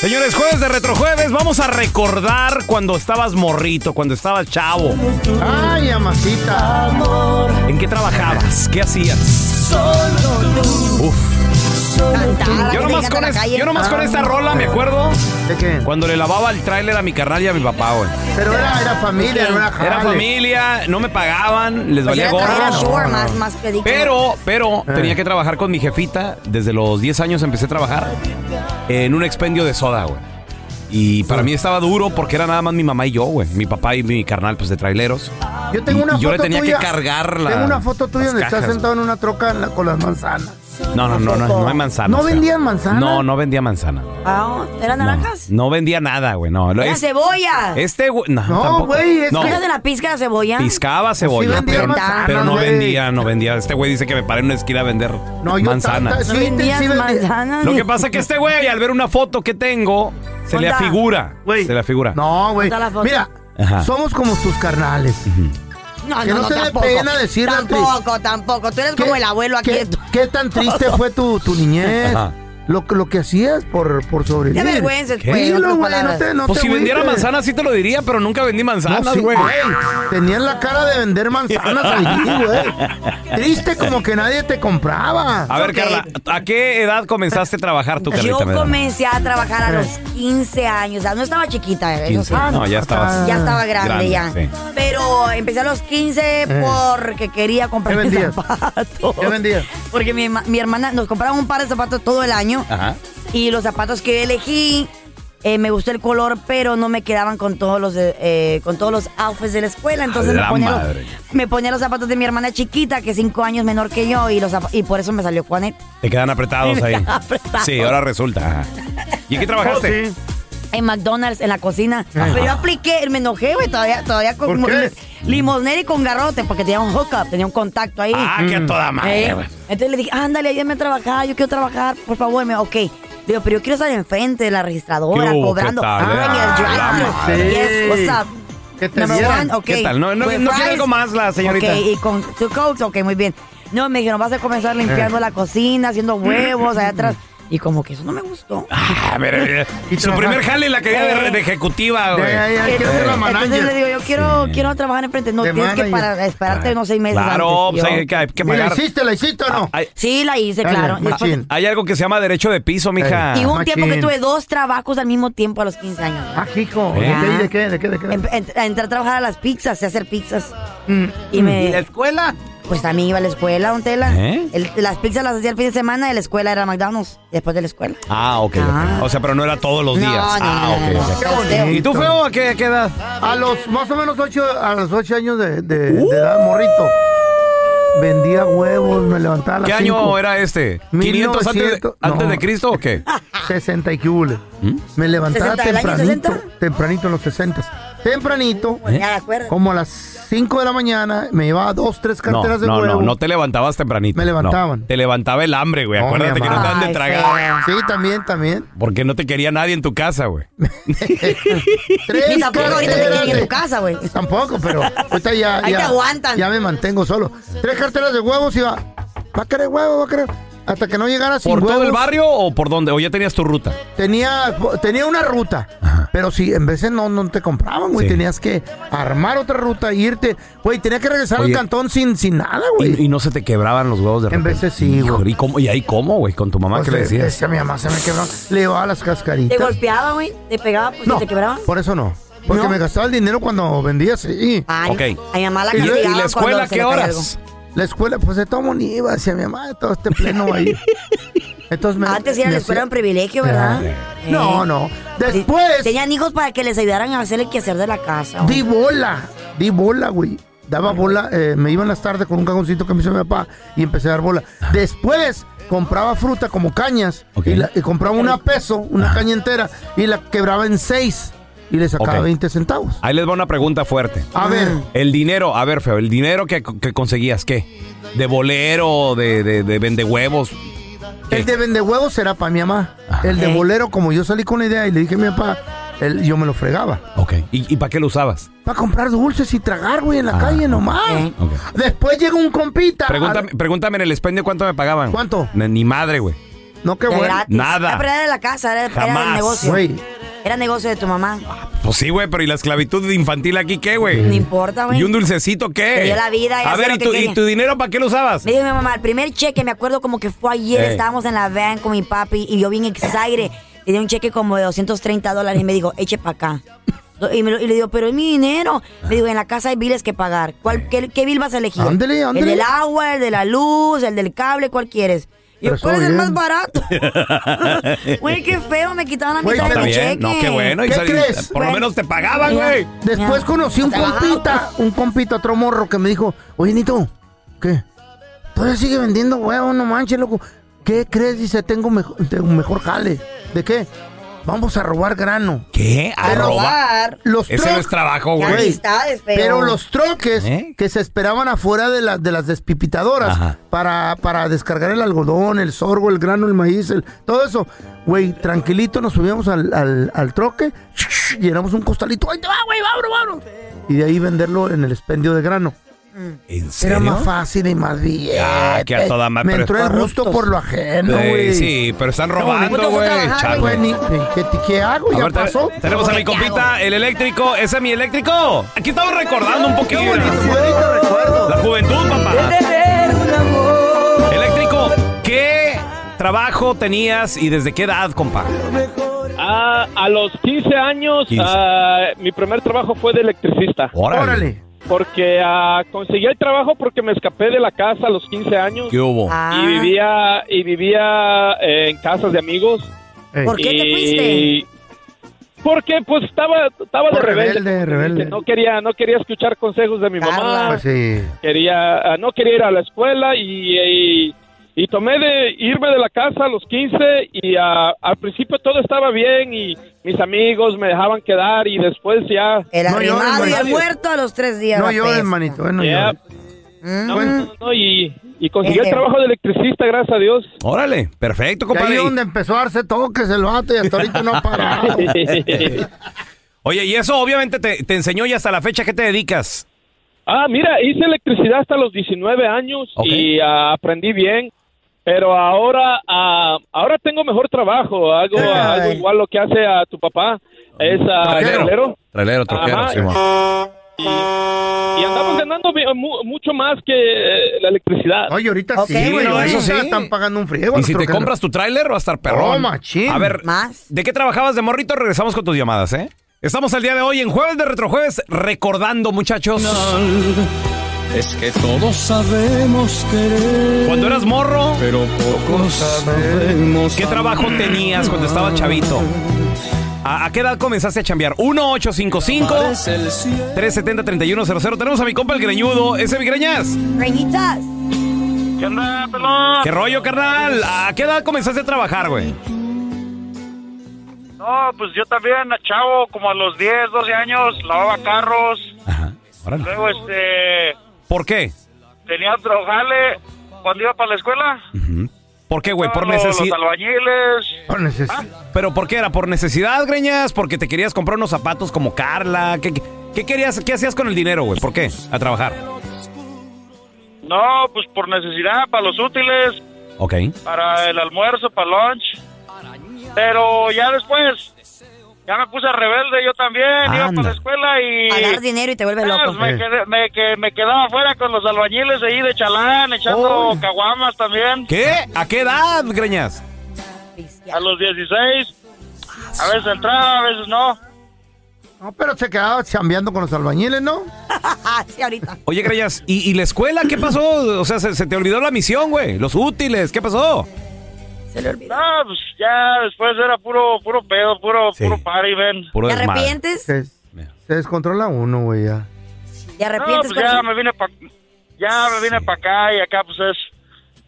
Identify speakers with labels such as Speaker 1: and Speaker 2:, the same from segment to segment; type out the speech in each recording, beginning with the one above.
Speaker 1: Señores, jueves de retrojueves, vamos a recordar cuando estabas morrito, cuando estabas chavo.
Speaker 2: Ay, amacita.
Speaker 1: ¿En qué trabajabas? ¿Qué hacías? Yo nomás con, es- yo nomás con esta rola me acuerdo
Speaker 2: ¿De qué?
Speaker 1: cuando le lavaba el tráiler a mi carnal y a mi papá, güey.
Speaker 2: Pero era, era familia, no era jale.
Speaker 1: Era familia, no me pagaban, les
Speaker 3: Pues
Speaker 1: valía
Speaker 3: era carrera
Speaker 1: gorro.
Speaker 3: short, más, más pedito.
Speaker 1: Pero, pero
Speaker 2: Ah.
Speaker 1: tenía que trabajar con mi jefita. Desde los 10 años empecé a trabajar en un expendio de soda, güey. Y para mí estaba duro porque era nada más mi mamá y yo, güey. Mi papá y mi carnal, pues de traileros.
Speaker 2: Yo tengo
Speaker 1: Y-
Speaker 2: una
Speaker 1: y yo le
Speaker 2: foto
Speaker 1: tenía
Speaker 2: tuya-
Speaker 1: que cargar la-
Speaker 2: Tengo una foto tuya
Speaker 1: las
Speaker 2: donde
Speaker 1: cajas,
Speaker 2: estás sentado en una troca en la- con las manzanas.
Speaker 1: No, no, no, no, no hay manzana.
Speaker 2: ¿No
Speaker 1: o sea.
Speaker 2: vendían manzana?
Speaker 1: No, no vendía manzana.
Speaker 3: Ah, ¿Eran naranjas?
Speaker 1: No vendía nada, güey. No, lo
Speaker 3: ¿Era
Speaker 1: es-
Speaker 3: cebolla?
Speaker 1: Este, güey. No,
Speaker 2: No,
Speaker 1: tampoco.
Speaker 2: güey, es
Speaker 1: No.
Speaker 2: que-
Speaker 3: ¿Era de la pizca de cebolla?
Speaker 1: Piscaba cebolla,
Speaker 2: vendía
Speaker 1: pero,
Speaker 2: Pues manzanas,
Speaker 1: pero no
Speaker 2: güey.
Speaker 1: vendía, no vendía. Este güey dice que me paré en una esquina a vender
Speaker 2: No, yo
Speaker 1: manzanas.
Speaker 2: tanta-
Speaker 3: ¿No
Speaker 2: Sí,
Speaker 3: vendías
Speaker 2: sí, vendía.
Speaker 3: manzanas?
Speaker 1: Lo que pasa es que este güey, al ver una foto que tengo, se le
Speaker 3: Onda.
Speaker 1: afigura.
Speaker 2: Güey.
Speaker 1: Se le afigura.
Speaker 2: No, güey.
Speaker 3: Está la foto.
Speaker 2: Mira,
Speaker 1: Ajá.
Speaker 2: somos como tus carnales.
Speaker 3: No,
Speaker 2: que
Speaker 3: no,
Speaker 2: no
Speaker 3: no,
Speaker 2: te dé
Speaker 3: tampoco.
Speaker 2: pena decirlo, Beatriz.
Speaker 3: Tampoco, tampoco. Tú eres
Speaker 2: ¿Qué-
Speaker 3: como el abuelo aquí.
Speaker 2: ¿Qué,
Speaker 3: de tu-
Speaker 2: qué tan triste fue tu, tu niñez?
Speaker 1: Ajá.
Speaker 2: Lo, que- lo que hacías por, por sobrevivir.
Speaker 3: Qué vergüenza,
Speaker 2: ¿Qué?
Speaker 3: güey, en
Speaker 2: Dilo,
Speaker 3: otras
Speaker 2: güey, no
Speaker 3: palabras.
Speaker 2: te, no
Speaker 1: pues
Speaker 2: te
Speaker 1: si vendiera
Speaker 2: agüites.
Speaker 1: manzanas sí te lo diría, pero nunca vendí
Speaker 2: No,
Speaker 1: manzanas,
Speaker 2: sí,
Speaker 1: güey.
Speaker 2: güey, Tenías la cara de vender manzanas ahí, güey. Triste como que nadie te compraba.
Speaker 1: a ver,
Speaker 3: Ok.
Speaker 1: Carla, ¿a qué edad comenzaste a trabajar tú, Carlita?
Speaker 3: Yo
Speaker 1: Medrano?
Speaker 3: comencé a trabajar a los 15 años. O sea, no estaba chiquita, eh, eso
Speaker 1: 15.
Speaker 3: sí.
Speaker 1: No, ya estabas.
Speaker 3: Ya estaba
Speaker 1: Grande,
Speaker 3: grande, ya.
Speaker 1: sí.
Speaker 3: Pero empecé a los 15 porque quería
Speaker 2: Eh. ¿Qué
Speaker 3: comprarme
Speaker 2: vendías?
Speaker 3: zapatos.
Speaker 2: ¿Qué vendías?
Speaker 3: Porque mi, ma- mi hermana nos compraba un par de zapatos todo el año.
Speaker 1: Ajá.
Speaker 3: Y los zapatos que elegí, eh, me gustó el color, pero no me quedaban con todos los de- eh, con todos los outfits de la escuela. Entonces
Speaker 1: la
Speaker 3: me ponía, los,
Speaker 1: madre.
Speaker 3: me ponía los zapatos de mi hermana chiquita, que es 5 años menor que yo, y, los zap- y por eso me salió Juanet.
Speaker 1: Te quedan apretados
Speaker 3: Sí, me
Speaker 1: ahí.
Speaker 3: quedan apretados.
Speaker 1: Sí, ahora resulta. Ajá. ¿Y en qué
Speaker 2: Oh,
Speaker 1: trabajaste?
Speaker 2: sí.
Speaker 3: en McDonald's, en la cocina. Pero yo apliqué, me enojé, güey, todavía, todavía con
Speaker 2: ¿Por qué?
Speaker 3: lim- limonera y con garrote, porque tenía un hookup, tenía un contacto ahí.
Speaker 1: Ah, que a toda madre,
Speaker 3: Eh,
Speaker 1: güey.
Speaker 3: Entonces le dije, ándale, ayúdame a trabajar, yo quiero trabajar, por favor. Me dijo, ok. Le digo, pero yo quiero estar enfrente de la registradora,
Speaker 1: ¿Qué hubo?
Speaker 3: cobrando.
Speaker 1: ¿Qué tal,
Speaker 3: Ah,
Speaker 1: eh?
Speaker 3: en el drive-thru.
Speaker 2: La madre.
Speaker 3: Yes, what's up?
Speaker 2: ¿Qué te
Speaker 3: Number
Speaker 2: dieron?
Speaker 3: one, ok.
Speaker 1: ¿Qué tal? No, no-
Speaker 3: With
Speaker 1: no quiere
Speaker 3: fries.
Speaker 1: algo más la señorita.
Speaker 3: Ok, y con
Speaker 1: Eh.
Speaker 3: two cokes, ok, muy bien. No, me dijeron, vas a comenzar limpiando la cocina, haciendo huevos allá atrás.
Speaker 1: Mm.
Speaker 3: Y como que eso no me gustó.
Speaker 1: A ver, eh,
Speaker 2: Y
Speaker 1: su
Speaker 2: trabajar.
Speaker 1: primer jale la quería de, de ejecutiva,
Speaker 2: De
Speaker 1: güey.
Speaker 2: ahí, ahí, quiero ser
Speaker 3: Entonces,
Speaker 2: la
Speaker 3: entonces le
Speaker 2: manager.
Speaker 3: digo, yo quiero, quiero trabajar enfrente. No,
Speaker 2: De
Speaker 3: tienes que
Speaker 2: manager.
Speaker 3: para,
Speaker 2: Ah.
Speaker 3: esperarte unos seis meses.
Speaker 1: Claro,
Speaker 3: antes.
Speaker 1: pues
Speaker 3: Y yo,
Speaker 1: hay que, hay que
Speaker 2: ¿Y ¿La
Speaker 1: pagar.
Speaker 2: hiciste, la hiciste o no?
Speaker 1: Ay,
Speaker 3: Sí, la hice,
Speaker 2: Dale,
Speaker 3: claro.
Speaker 2: machín.
Speaker 1: Hay algo que se llama derecho de piso, mija.
Speaker 3: Y hubo un tiempo que
Speaker 2: Eh, Machín.
Speaker 3: tuve dos trabajos al mismo tiempo a los 15 años.
Speaker 2: Ah, chico. ¿De
Speaker 1: Ya.
Speaker 2: qué, de qué, de qué? Mm. de qué?
Speaker 3: Em- ent- entré a trabajar a las pizzas, a hacer pizzas. Y
Speaker 1: Mm. ¿Y la
Speaker 3: me,
Speaker 1: escuela?
Speaker 3: pues también iba a la escuela, don Tela.
Speaker 1: ¿Eh?
Speaker 3: El- las pizzas las hacía el fin de semana y la escuela era McDonald's. Después de la escuela.
Speaker 1: Ah, ok.
Speaker 3: Ah.
Speaker 1: ok. O sea, pero no era todos los
Speaker 3: No,
Speaker 1: días.
Speaker 3: no,
Speaker 1: ah,
Speaker 3: no, no,
Speaker 1: ok,
Speaker 3: no.
Speaker 1: ok.
Speaker 3: Qué bonito.
Speaker 1: ¿Y tú, feo, a qué, qué edad?
Speaker 2: A los más o menos ocho, a los ocho años de, de-
Speaker 1: Uh.
Speaker 2: de edad, morrito. Vendía huevos, me levantaba a las
Speaker 1: ¿Qué año
Speaker 2: cinco.
Speaker 1: era este? ¿500 antes, de,
Speaker 2: 1900,
Speaker 1: antes
Speaker 2: no.
Speaker 1: de Cristo o qué?
Speaker 2: 60 y qué hule.
Speaker 1: ¿Mm?
Speaker 2: Me levantaba
Speaker 3: 60, ¿el año
Speaker 2: tempranito,
Speaker 3: 60?
Speaker 2: tempranito en los 60. Tempranito,
Speaker 3: Pues, Ya de acuerdo.
Speaker 2: como a las 5 de la mañana, me llevaba dos, tres
Speaker 1: No,
Speaker 2: carteras de
Speaker 1: no,
Speaker 2: huevo.
Speaker 1: no, no te levantabas tempranito.
Speaker 2: Me levantaban.
Speaker 1: No, te levantaba el hambre, güey.
Speaker 2: No, mi
Speaker 1: Acuérdate que no
Speaker 2: amor.
Speaker 1: te dan de
Speaker 3: Ay,
Speaker 1: tragar.
Speaker 2: Sí, también, también.
Speaker 1: Porque no te quería nadie en tu casa, güey.
Speaker 2: Tres
Speaker 3: Ni tampoco ahorita
Speaker 2: carteras
Speaker 3: te quieren en
Speaker 2: de-
Speaker 3: tu casa, güey.
Speaker 2: Tampoco, pero ahorita ya.
Speaker 3: Ahí
Speaker 2: ya-
Speaker 3: te aguantan.
Speaker 2: Ya me mantengo solo. Tres carteras de huevos y va. Va a querer huevo, va a querer. Hasta que no llegara sin
Speaker 1: ¿Por todo el
Speaker 2: huevos,
Speaker 1: barrio o por dónde? ¿O ya tenías tu ruta?
Speaker 2: Tenía, tenía una ruta, pero sí, en veces no, no te compraban, güey.
Speaker 1: Sí.
Speaker 2: Tenías que armar otra ruta, irte. Güey, tenía que regresar
Speaker 1: Oye.
Speaker 2: al cantón sin, sin nada, güey.
Speaker 1: Y, y no se te quebraban los huevos de
Speaker 2: En
Speaker 1: repente.
Speaker 2: veces sí,
Speaker 1: Híjole,
Speaker 2: güey. Pues
Speaker 1: ¿Y, cómo, ¿Y ahí cómo, güey? ¿Con tu mamá
Speaker 2: O
Speaker 1: qué
Speaker 2: sea,
Speaker 1: le decías?
Speaker 2: decía, mi mamá se me quebró. Le llevaba las
Speaker 3: Te
Speaker 2: cascaritas.
Speaker 3: golpeaba, güey. Te pegaba, pues, y
Speaker 2: no,
Speaker 3: te quebraba.
Speaker 2: por eso no. Porque
Speaker 3: ¿No?
Speaker 2: me gastaba el dinero cuando vendía, sí.
Speaker 3: Ay,
Speaker 1: Ok.
Speaker 3: A mi mamá la
Speaker 1: ¿Y, la- y
Speaker 3: castigaba
Speaker 1: la escuela
Speaker 3: cuando se
Speaker 1: qué
Speaker 3: le caía
Speaker 1: horas?
Speaker 2: La escuela, pues de todo mundo iba, decía mi mamá, de todo este pleno va a ir. Entonces me.
Speaker 3: algo. Antes era
Speaker 2: me
Speaker 3: la escuela
Speaker 2: hacía-
Speaker 3: un privilegio, ¿verdad?
Speaker 2: Ah.
Speaker 3: Eh.
Speaker 2: No, no.
Speaker 3: Sí,
Speaker 2: Después.
Speaker 3: Tenían hijos para que les ayudaran a hacer el quehacer de la casa. güey.
Speaker 2: Di bola, di bola, güey. Daba bola, eh, me iba en las tardes con un cajoncito que me hizo mi papá y empecé a dar bola. Después compraba fruta como cañas
Speaker 1: Ok.
Speaker 2: y, la- y compraba una peso, una caña entera y la quebraba en seis y le sacaba
Speaker 1: Ok.
Speaker 2: 20 centavos.
Speaker 1: Ahí les va una pregunta fuerte.
Speaker 2: A ver,
Speaker 1: El dinero, a ver, feo, el dinero que, que conseguías, ¿qué? ¿De bolero, de, de, de vendehuevos? ¿Qué? Ah.
Speaker 2: el de vendehuevos era para mi mamá. El de
Speaker 3: Ok.
Speaker 2: bolero, como yo salí con la idea y le dije a mi papá, él- yo me lo fregaba.
Speaker 1: Ok. ¿Y, y para qué lo usabas?
Speaker 2: Para comprar dulces y tragar, güey, en la
Speaker 1: Ah,
Speaker 2: calle nomás.
Speaker 3: ok.
Speaker 1: Ok.
Speaker 2: Después llega un compita.
Speaker 1: Pregúntame, pregúntame en el expendio cuánto me pagaban.
Speaker 2: ¿Cuánto?
Speaker 1: Ni, ni madre, güey.
Speaker 2: No, qué
Speaker 3: De
Speaker 2: bueno.
Speaker 3: gratis.
Speaker 1: nada.
Speaker 3: Ah, pero era de la casa, era, era
Speaker 1: Jamás.
Speaker 3: del negocio.
Speaker 2: Güey,
Speaker 3: Era negocio de tu mamá.
Speaker 1: Pues sí, güey, pero ¿y la esclavitud infantil aquí qué, güey?
Speaker 3: No importa, güey.
Speaker 1: ¿Y un dulcecito
Speaker 3: Te
Speaker 1: qué?
Speaker 3: dio la vida, ya
Speaker 1: A
Speaker 3: sé
Speaker 1: ver,
Speaker 3: lo
Speaker 1: ¿y
Speaker 3: que
Speaker 1: tu,
Speaker 3: quería.
Speaker 1: ¿y tu dinero para qué lo usabas?
Speaker 3: Me dijo mi mamá, el primer cheque, me acuerdo como que fue ayer,
Speaker 1: Ey.
Speaker 3: estábamos en la van con mi papi y yo bien excited. Le di un cheque como de 230 dólares y me dijo, eche para acá. Y, me lo- y le digo, pero es mi dinero. Me digo, en la casa hay biles que pagar. ¿Cuál, qué, qué bill vas a elegir?
Speaker 2: Ándele, ándele.
Speaker 3: El del agua, el de la luz, el del cable, ¿cuál quieres? Y yo,
Speaker 2: Pero
Speaker 3: ¿cuál es
Speaker 2: estuvo
Speaker 3: el más
Speaker 2: bien.
Speaker 3: barato? Güey, qué feo, me quitaron la
Speaker 2: Güey,
Speaker 3: mitad de
Speaker 2: pero
Speaker 3: mi
Speaker 2: bien,
Speaker 3: cheque.
Speaker 1: Eh, no, qué bueno. y
Speaker 2: ¿Qué
Speaker 1: sal- y
Speaker 2: crees?
Speaker 1: Por lo
Speaker 3: Bueno.
Speaker 1: menos te pagaban,
Speaker 3: Mira.
Speaker 1: güey.
Speaker 2: Después
Speaker 3: Ya.
Speaker 2: conocí un
Speaker 3: Te bajaba.
Speaker 2: compita, un compita, otro morro que me dijo, oye Nito, ¿qué? Todavía sigue vendiendo huevos, no manches, loco. ¿Qué crees? Dice, tengo mejor, tengo mejor jale. ¿De qué? Vamos a robar grano.
Speaker 1: ¿Qué? ¿A
Speaker 2: Pero-
Speaker 1: robar?
Speaker 2: Los
Speaker 1: Ese no es
Speaker 2: troques.
Speaker 1: trabajo,
Speaker 3: Qué
Speaker 1: güey.
Speaker 3: amistades, feo.
Speaker 2: Pero los troques
Speaker 1: ¿Eh?
Speaker 2: que se esperaban afuera de, las de las
Speaker 1: Ajá.
Speaker 2: despipitadoras para, para descargar el algodón, el sorgo, el grano, el maíz, el- todo eso. Güey, tranquilito nos subíamos al, al, al troque, llenamos un costalito. ¡Ahí te va, güey! ¡Vámonos, vámonos! Y de ahí venderlo en el expendio de grano.
Speaker 3: Mm.
Speaker 1: ¿En serio?
Speaker 2: Era más fácil y más bien.
Speaker 1: Ah, que a toda madre,
Speaker 2: Me
Speaker 1: pero
Speaker 2: entró el gusto
Speaker 3: corruptos.
Speaker 2: por lo ajeno,
Speaker 1: Sí,
Speaker 2: güey.
Speaker 1: sí, pero están
Speaker 3: Pues
Speaker 1: robando,
Speaker 3: no vas a
Speaker 1: güey.
Speaker 3: trabajar,
Speaker 1: Chale.
Speaker 2: Güey, ni- ¿qué, qué hago?
Speaker 1: A
Speaker 2: ¿Ya
Speaker 1: ver, te-
Speaker 2: pasó?
Speaker 1: Tenemos a mi compita, el eléctrico. ¿Ese es mi eléctrico? Aquí estamos recordando un poquito.
Speaker 2: Bonito recuerdo.
Speaker 1: La juventud, papá. Eléctrico, ¿qué trabajo tenías y desde qué edad, compa?
Speaker 4: Ah, a los 15 años,
Speaker 1: 15.
Speaker 4: ah, mi primer trabajo fue de electricista.
Speaker 2: Órale.
Speaker 4: Porque ah, conseguí el trabajo porque me escapé de la casa a los 15 años.
Speaker 1: ¿Qué hubo?
Speaker 3: Ah,
Speaker 4: Y vivía, y vivía eh, en casas de amigos.
Speaker 2: Ey.
Speaker 3: ¿Por qué te
Speaker 4: Y-
Speaker 3: fuiste?
Speaker 4: Porque pues estaba, estaba de
Speaker 2: Por
Speaker 4: rebelde.
Speaker 2: rebelde, rebelde.
Speaker 4: No quería, no quería escuchar consejos de mi
Speaker 3: Carla.
Speaker 4: mamá.
Speaker 2: Pues sí.
Speaker 4: quería ah, no quería ir a la escuela y, y- y tomé de irme de la casa a los 15 y ah, al principio todo estaba bien y mis amigos me dejaban quedar y después ya
Speaker 3: El
Speaker 2: No llores,
Speaker 3: arrimado y el
Speaker 2: manito.
Speaker 3: muerto a los tres días.
Speaker 2: No
Speaker 3: la
Speaker 2: llores,
Speaker 3: pesta.
Speaker 2: manito. eh, No
Speaker 4: ya,
Speaker 2: llores.
Speaker 3: Mm.
Speaker 4: no, no, no, y, y conseguí
Speaker 3: Ejeo.
Speaker 4: el Pues trabajo de electricista gracias a Dios
Speaker 1: Órale, perfecto,
Speaker 2: Y ahí
Speaker 1: compadre.
Speaker 2: donde empezó a darse toques el vato y hasta ahorita no ha parado.
Speaker 1: Oye, y eso obviamente te, te enseñó y hasta la fecha que te dedicas.
Speaker 4: ah mira hice electricidad hasta los 19 años
Speaker 1: Ok.
Speaker 4: y ah, aprendí bien Pero ahora, ah, ahora tengo mejor trabajo, algo, algo igual lo que hace a tu papá, es ah, a
Speaker 1: Trailero. Trailero, troquero,
Speaker 4: Ajá.
Speaker 1: Simón.
Speaker 4: y andamos ganando bi- mu- mucho más que eh, la electricidad.
Speaker 2: Oye, ahorita
Speaker 3: Ok,
Speaker 2: sí, güey.
Speaker 3: bueno,
Speaker 2: ahorita
Speaker 3: eso sí.
Speaker 2: Están pagando un friego.
Speaker 1: Y
Speaker 2: los
Speaker 1: si te
Speaker 2: troqueros.
Speaker 1: compras tu tráiler, va a estar
Speaker 2: Oh,
Speaker 1: perrón.
Speaker 2: machín.
Speaker 1: A ver,
Speaker 3: Más.
Speaker 1: ¿de qué trabajabas de morrito? Regresamos con tus llamadas, ¿eh? Estamos al día de hoy en Jueves de Retrojueves recordando, muchachos.
Speaker 5: Es que todos sabemos querer,
Speaker 1: Cuando eras morro,
Speaker 5: pero pocos sabemos.
Speaker 1: ¿qué trabajo tenías cuando estabas chavito? ¿A, a qué edad comenzaste a chambear? 1855
Speaker 5: el cielo.
Speaker 1: 370 3100 Tenemos a mi compa el greñudo. Ese mi greñas.
Speaker 3: Reñitas.
Speaker 4: ¿Qué onda, pelón?
Speaker 1: ¿Qué rollo, carnal? ¿A qué edad comenzaste a trabajar, güey?
Speaker 4: No, pues yo también, chavo, como a los 10, 12 años, lavaba carros.
Speaker 1: Ajá. Órale.
Speaker 4: Luego, este,
Speaker 1: ¿Por qué?
Speaker 4: tenía otro jale cuando iba para la escuela.
Speaker 1: ¿Por qué, güey? Por
Speaker 4: Los- Ah.
Speaker 1: necesidad.
Speaker 4: Los albañiles.
Speaker 2: No neces-
Speaker 1: ¿Pero por qué era? ¿Por necesidad, greñas? ¿Porque te querías comprar unos zapatos como Carla? ¿Qué, qué- qué querías? ¿Qué hacías con el dinero, güey? ¿Por qué? A trabajar.
Speaker 4: No, pues por necesidad, para los útiles,
Speaker 1: Ok.
Speaker 4: para el almuerzo, para lunch. Pero ya después, ya me puse rebelde yo también. Iba para
Speaker 1: Anda.
Speaker 4: la escuela y...
Speaker 3: Pagar dinero y te vuelves
Speaker 4: Ah,
Speaker 3: loco.
Speaker 4: Me, quedé- me que- me quedaba afuera con los albañiles ahí de chalán, echando
Speaker 2: Uy.
Speaker 4: caguamas también.
Speaker 1: ¿Qué? ¿A qué edad, greñas?
Speaker 4: A los 16. A veces entraba, a veces no.
Speaker 2: No, pero se quedaba chambeando con los albañiles, ¿no?
Speaker 3: Ah, sí, ahorita.
Speaker 1: Oye, greñas, ¿y, y la escuela qué pasó? O sea, se, se te olvidó la misión, güey. Los útiles, ¿qué pasó?
Speaker 3: Se le olvidó.
Speaker 4: No, pues ya después era puro puro pedo, puro
Speaker 1: Sí.
Speaker 4: puro party, ven.
Speaker 1: Puro
Speaker 3: ¿Te
Speaker 1: desmadre.
Speaker 3: arrepientes?
Speaker 2: Se, se descontrola uno, güey, ya.
Speaker 3: ¿Te
Speaker 4: No,
Speaker 3: arrepientes?
Speaker 4: pues ya
Speaker 3: corazón?
Speaker 4: me vine para ya me vine para acá y acá pues es,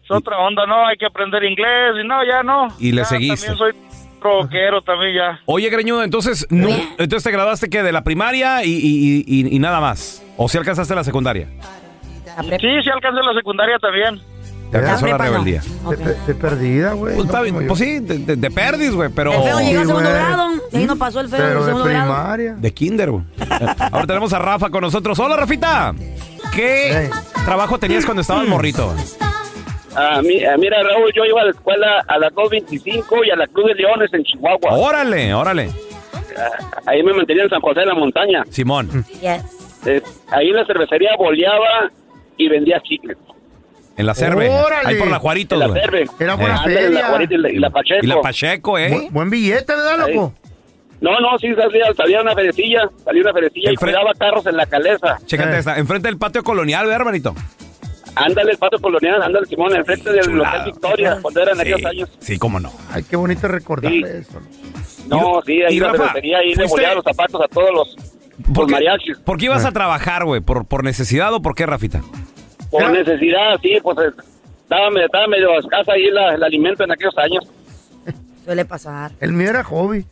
Speaker 4: es otra onda, no, hay que aprender inglés y no, ya no.
Speaker 1: Y le
Speaker 4: Ya
Speaker 1: seguiste.
Speaker 4: Ah, También soy troquero también ya.
Speaker 1: Oye, greñudo, entonces, no, entonces te graduaste que de la primaria y, y- y- y nada más. O si alcanzaste la secundaria.
Speaker 3: La prepa.
Speaker 4: Sí, sí alcancé la secundaria también.
Speaker 2: Ya.
Speaker 1: Te alcanzó la
Speaker 3: prepa no.
Speaker 1: rebeldía.
Speaker 2: De,
Speaker 3: Ok.
Speaker 2: de- de perdida, güey.
Speaker 1: Pues,
Speaker 2: no
Speaker 1: está bien,
Speaker 2: como yo.
Speaker 1: pues sí, de, de- de perdis, güey, pero.
Speaker 3: El feo llegó a
Speaker 2: Sí,
Speaker 3: segundo
Speaker 2: güey.
Speaker 3: grado. Y ahí no pasó el feo en
Speaker 2: Pero de
Speaker 3: segundo grado.
Speaker 2: primaria.
Speaker 1: De kinder, güey. Ahora tenemos a Rafa con nosotros. Hola, Rafita. ¿Qué
Speaker 2: Hey.
Speaker 1: trabajo tenías cuando estabas morrito?
Speaker 4: A mí, mira, Raúl, yo iba a la escuela a las 2.25 y a la Cruz de Leones en Chihuahua.
Speaker 1: Órale, órale.
Speaker 4: Ahí me mantenía en San José de la Montaña.
Speaker 1: Simón,
Speaker 3: Yes.
Speaker 4: Eh, ahí en la cervecería boleaba y vendía chicles.
Speaker 1: en la Cerve.
Speaker 2: Órale.
Speaker 1: Ahí por la
Speaker 4: En
Speaker 1: Juaritos,
Speaker 4: la
Speaker 1: güey. Eh.
Speaker 4: cerve.
Speaker 2: Era buena
Speaker 4: Ándale, en la
Speaker 2: feria.
Speaker 4: Juarita y la, y la Pacheco.
Speaker 1: Y la Pacheco, ¿eh?
Speaker 2: Bu- buen billete, ¿verdad,
Speaker 4: Ahí.
Speaker 2: loco?
Speaker 4: no, no, sí, salía, salía una ferecilla. Salía una ferecilla y
Speaker 1: Enfre-
Speaker 4: cuidaba carros en la caleza.
Speaker 1: Chécate
Speaker 2: Eh.
Speaker 1: esta. Enfrente del patio colonial, ¿verdad, hermanito?
Speaker 4: Ándale, el pato colonial, ándale, Simón, enfrente del
Speaker 1: Chulada.
Speaker 4: local Victoria, cuando eran aquellos años.
Speaker 1: sí, cómo no.
Speaker 2: Ay, qué bonito recordar
Speaker 4: Sí.
Speaker 2: eso. ¿no?
Speaker 4: No,
Speaker 1: Y-
Speaker 4: sí, ahí
Speaker 1: y
Speaker 4: en la
Speaker 1: Rafa,
Speaker 4: cervecería, ahí le
Speaker 1: ¿fuiste-
Speaker 4: boleaba los zapatos a todos los, los mariachis.
Speaker 1: por qué ibas a trabajar, güey? ¿Por, ¿Por necesidad o por qué, Rafita?
Speaker 4: Por necesidad, sí, pues eh, estaba, medio- estaba medio escasa ahí la- el alimento en aquellos años.
Speaker 3: Suele pasar. Ah,
Speaker 2: El mío era hobby.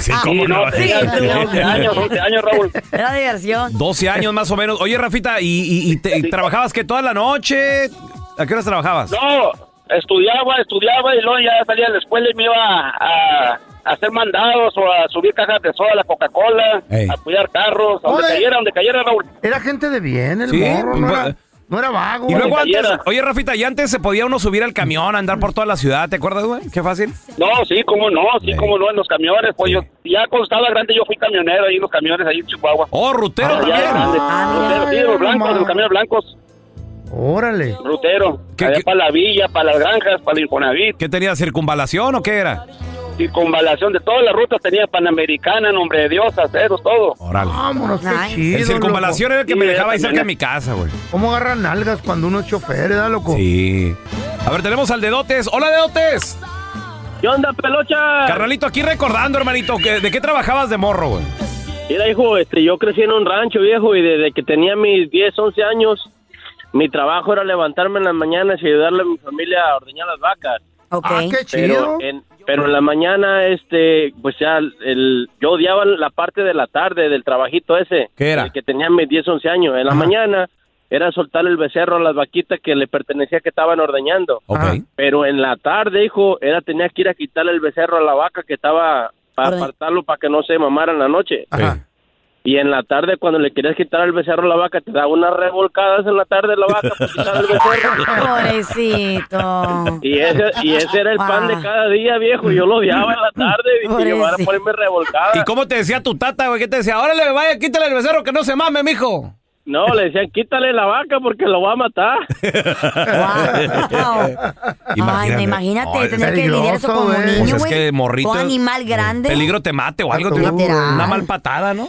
Speaker 1: sí,
Speaker 4: Sí, no, tenía, tenía 11 años, 11 años, Raúl.
Speaker 3: Era diversión.
Speaker 1: 12 años más o menos. Oye, Rafita, ¿y, y- y te- y trabajabas que toda la noche? ¿A qué horas trabajabas?
Speaker 4: No, estudiaba, estudiaba y luego ya salía de la escuela y me iba a, a hacer mandados o a subir cajas de soda a la Coca-Cola,
Speaker 1: Ey.
Speaker 4: a cuidar carros, a donde
Speaker 2: Oye.
Speaker 4: cayera, donde cayera, Raúl.
Speaker 2: Era gente de bien, el
Speaker 1: Sí,
Speaker 2: morro. No
Speaker 1: pues,
Speaker 2: era, no era vago.
Speaker 1: Y luego
Speaker 4: Oye,
Speaker 1: antes,
Speaker 4: Gallera.
Speaker 1: oye Rafita, y antes se podía uno subir al camión, andar por toda la ciudad, ¿te acuerdas, güey? Qué fácil.
Speaker 4: No, sí, cómo no, sí,
Speaker 1: Ey.
Speaker 4: cómo no, en los camiones. Pues
Speaker 1: Sí.
Speaker 4: yo, ya cuando estaba grande yo fui camionero ahí en los camiones, ahí en Chihuahua.
Speaker 1: Oh, rutero
Speaker 4: Ah, ya
Speaker 1: también.
Speaker 4: grande.
Speaker 3: Ah,
Speaker 4: Rutero, sí, los blancos,
Speaker 2: mamá.
Speaker 4: los camiones blancos,
Speaker 2: Órale.
Speaker 4: rutero.
Speaker 1: ¿Qué-
Speaker 4: Allá
Speaker 1: qué?
Speaker 4: para la villa, para las granjas, para el Infonavit,
Speaker 1: ¿Qué tenía? ¿Circunvalación o qué era?
Speaker 4: circunvalación de todas las rutas tenía Panamericana, nombre de Dios, aceros, todo.
Speaker 1: Órale.
Speaker 2: Vámonos, qué
Speaker 3: Nice.
Speaker 2: chido.
Speaker 1: El circunvalación
Speaker 2: loco.
Speaker 1: era el que
Speaker 4: Sí,
Speaker 1: me
Speaker 4: era
Speaker 1: dejaba ahí cerca de
Speaker 4: camioneta.
Speaker 1: mi casa, güey.
Speaker 2: ¿Cómo agarran nalgas cuando uno es chofer, ¿verdad, loco?
Speaker 1: Sí. A ver, tenemos al Dedotes. Hola, Dedotes.
Speaker 4: ¿Qué onda, pelocha?
Speaker 1: Carnalito, aquí recordando, hermanito, que- ¿de qué trabajabas de morro, güey?
Speaker 4: Mira, hijo, este, yo crecí en un rancho viejo y desde que tenía mis 10, 11 años, mi trabajo era levantarme en las mañanas y ayudarle a mi familia a ordeñar las vacas.
Speaker 3: Ok.
Speaker 2: Ah, qué chido.
Speaker 4: Pero eh, en, pero en la mañana, este, pues ya, el, yo odiaba la parte de la tarde del trabajito ese.
Speaker 1: ¿Qué era?
Speaker 4: el que tenía mis 10, 11 años. En la
Speaker 2: Ajá.
Speaker 4: mañana era soltar el becerro a las vaquitas que le pertenecía que estaban ordeñando.
Speaker 1: Ok.
Speaker 2: Ah.
Speaker 4: Pero en la tarde, hijo, era tenía que ir a quitarle el becerro a la vaca que estaba para
Speaker 3: Orden-
Speaker 4: apartarlo para que no se mamara en la noche.
Speaker 2: Ajá.
Speaker 6: Y en la tarde, cuando le querías quitar al becerro la vaca, te daba unas revolcadas en la tarde la vaca para quitar al becerro.
Speaker 3: Pobrecito.
Speaker 6: Y ese, y ese era el pan de cada día, viejo. Yo lo odiaba en la tarde. Dije, yo ahora ponerme revolcada.
Speaker 1: ¿Y cómo te decía tu tata, güey? ¿Qué te decía? Órale, vaya, quítale el becerro que no se mame, mijo.
Speaker 6: No, le decían, quítale la vaca porque lo va a matar.
Speaker 3: Imagínate, imagínate tener que lidiar eso como niño,
Speaker 1: Pues es
Speaker 3: güey.
Speaker 1: que morrito.
Speaker 3: Todo animal grande.
Speaker 1: Peligro te mate o algo. te-
Speaker 3: Literal.
Speaker 1: Una mal patada, ¿no?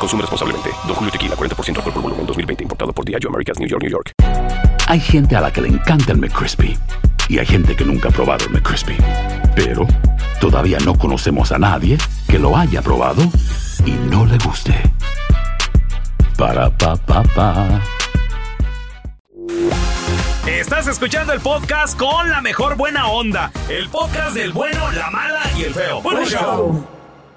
Speaker 7: Consume responsablemente. Don Julio Tequila, 40% alcohol por volumen, 2020. Importado por Diageo Americas, New York, New York.
Speaker 8: Hay gente a la que le encanta el McCrispy y hay gente que nunca ha probado el McCrispy. Pero todavía no conocemos a nadie que lo haya probado y no le guste. Para pa pa pa.
Speaker 9: Estás escuchando el podcast con la mejor buena onda. El podcast del bueno, la mala y el feo. Bueno, show.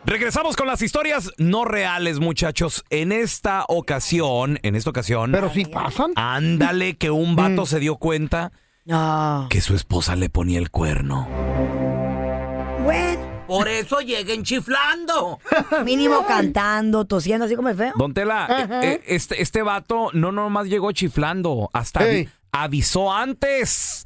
Speaker 1: Regresamos con las historias no reales, muchachos. En esta ocasión, en esta ocasión. Pero Mm.
Speaker 2: si pasan.
Speaker 1: Ándale, que un vato se dio cuenta que su esposa le ponía el cuerno.
Speaker 10: Por eso lleguen chiflando.
Speaker 3: Mínimo cantando, tosiendo, así como el feo.
Speaker 1: Don Tela,
Speaker 3: Ajá.
Speaker 1: eh, eh, este, este vato no nomás llegó chiflando, hasta
Speaker 3: Ey.
Speaker 1: avi- avisó antes.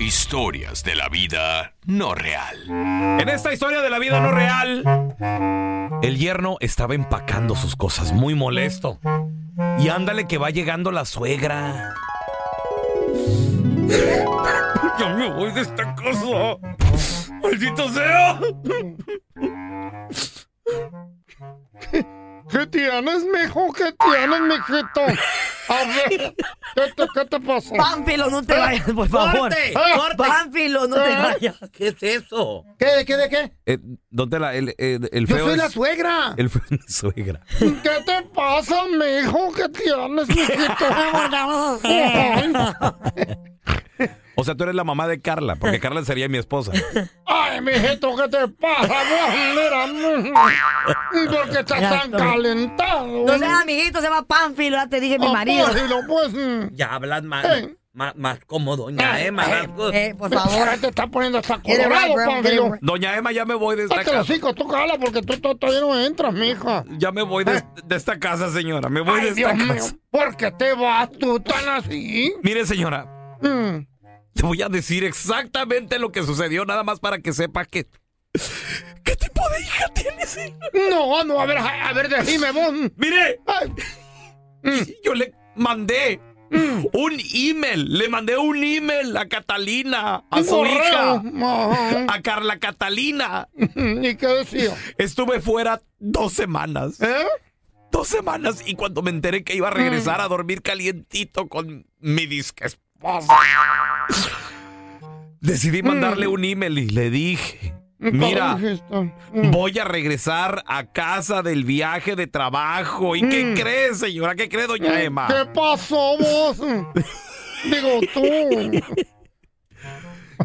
Speaker 7: historias de la vida no real.
Speaker 1: En esta historia de la vida no real, el yerno estaba empacando sus cosas, muy molesto. Y ándale que va llegando la suegra.
Speaker 9: Yo me voy de esta cosa. ¡Maldito sea!
Speaker 2: ¿Qué tienes, mijo? ¿Qué tienes, mijito? A ver, ¿qué te, qué te pasa? Eh,
Speaker 3: Pampilo, no te vayas, por favor.
Speaker 10: ¡Corte!
Speaker 3: Ah,
Speaker 10: ¡Corte!
Speaker 3: Pampilo, no te
Speaker 10: Ah.
Speaker 3: vayas.
Speaker 10: ¿Qué es eso?
Speaker 2: ¿Qué, de qué, de qué?
Speaker 1: Eh, don Tela, el, el- el
Speaker 2: Yo
Speaker 1: feo
Speaker 2: soy
Speaker 1: es-
Speaker 2: la suegra.
Speaker 1: El feo es la suegra.
Speaker 2: ¿Qué te pasa, mijo? ¿Qué tienes, mijito?
Speaker 1: O sea, tú eres la mamá de Carla,
Speaker 2: Eh.
Speaker 1: porque Carla sería mi esposa.
Speaker 2: Ay, mijito, ¿qué te pasa? Porque estás
Speaker 3: Ya,
Speaker 2: tan
Speaker 3: tome.
Speaker 2: calentado.
Speaker 3: No seas amiguito, se llama Pánfilo, ya te dije mi
Speaker 1: Oh,
Speaker 2: Ah,
Speaker 3: marido.
Speaker 2: Pánfilo, pues. mm.
Speaker 10: Ya hablas más,
Speaker 2: Eh.
Speaker 10: más, más como doña Emma. eh. rasgos.
Speaker 2: Ahora eh, te está poniendo hasta
Speaker 10: Get it right,
Speaker 2: colorado, pues,
Speaker 10: bro, get it
Speaker 2: Pánfilo.
Speaker 10: right.
Speaker 1: Doña Emma, ya me voy de esta
Speaker 2: Hazte los
Speaker 1: casa.
Speaker 2: hijos, tú cala, porque tú to- todavía no entras, mijo.
Speaker 1: Ya me voy de, de esta casa, señora. Me
Speaker 2: Eh.
Speaker 1: voy
Speaker 2: Ay,
Speaker 1: de esta
Speaker 2: Dios mío,
Speaker 1: casa.
Speaker 2: ¿por qué te vas tú tan así?
Speaker 1: Mire, señora,
Speaker 2: Mm.
Speaker 1: te voy a decir exactamente lo que sucedió, nada más para que sepa que.
Speaker 2: No, no, a ver, a a ver, decime vos.
Speaker 1: Mire, Mm. yo le mandé un email, le mandé un email a Catalina, a
Speaker 2: Un
Speaker 1: su
Speaker 2: correo.
Speaker 1: hija,
Speaker 2: Ajá.
Speaker 1: a Carla Catalina.
Speaker 2: ¿Y qué
Speaker 9: oh.
Speaker 2: decía?
Speaker 1: Estuve fuera dos semanas. Dos semanas y cuando me enteré que iba a regresar a dormir calientito con mi disque esposa, decidí mandarle un email y le dije, mira,
Speaker 9: Mm.
Speaker 1: voy a regresar a casa del viaje de trabajo. ¿Y
Speaker 9: Mm.
Speaker 1: qué crees, señora? ¿Qué cree,
Speaker 9: Eh,
Speaker 1: doña Emma?
Speaker 2: ¿Qué pasó vos? Digo tú.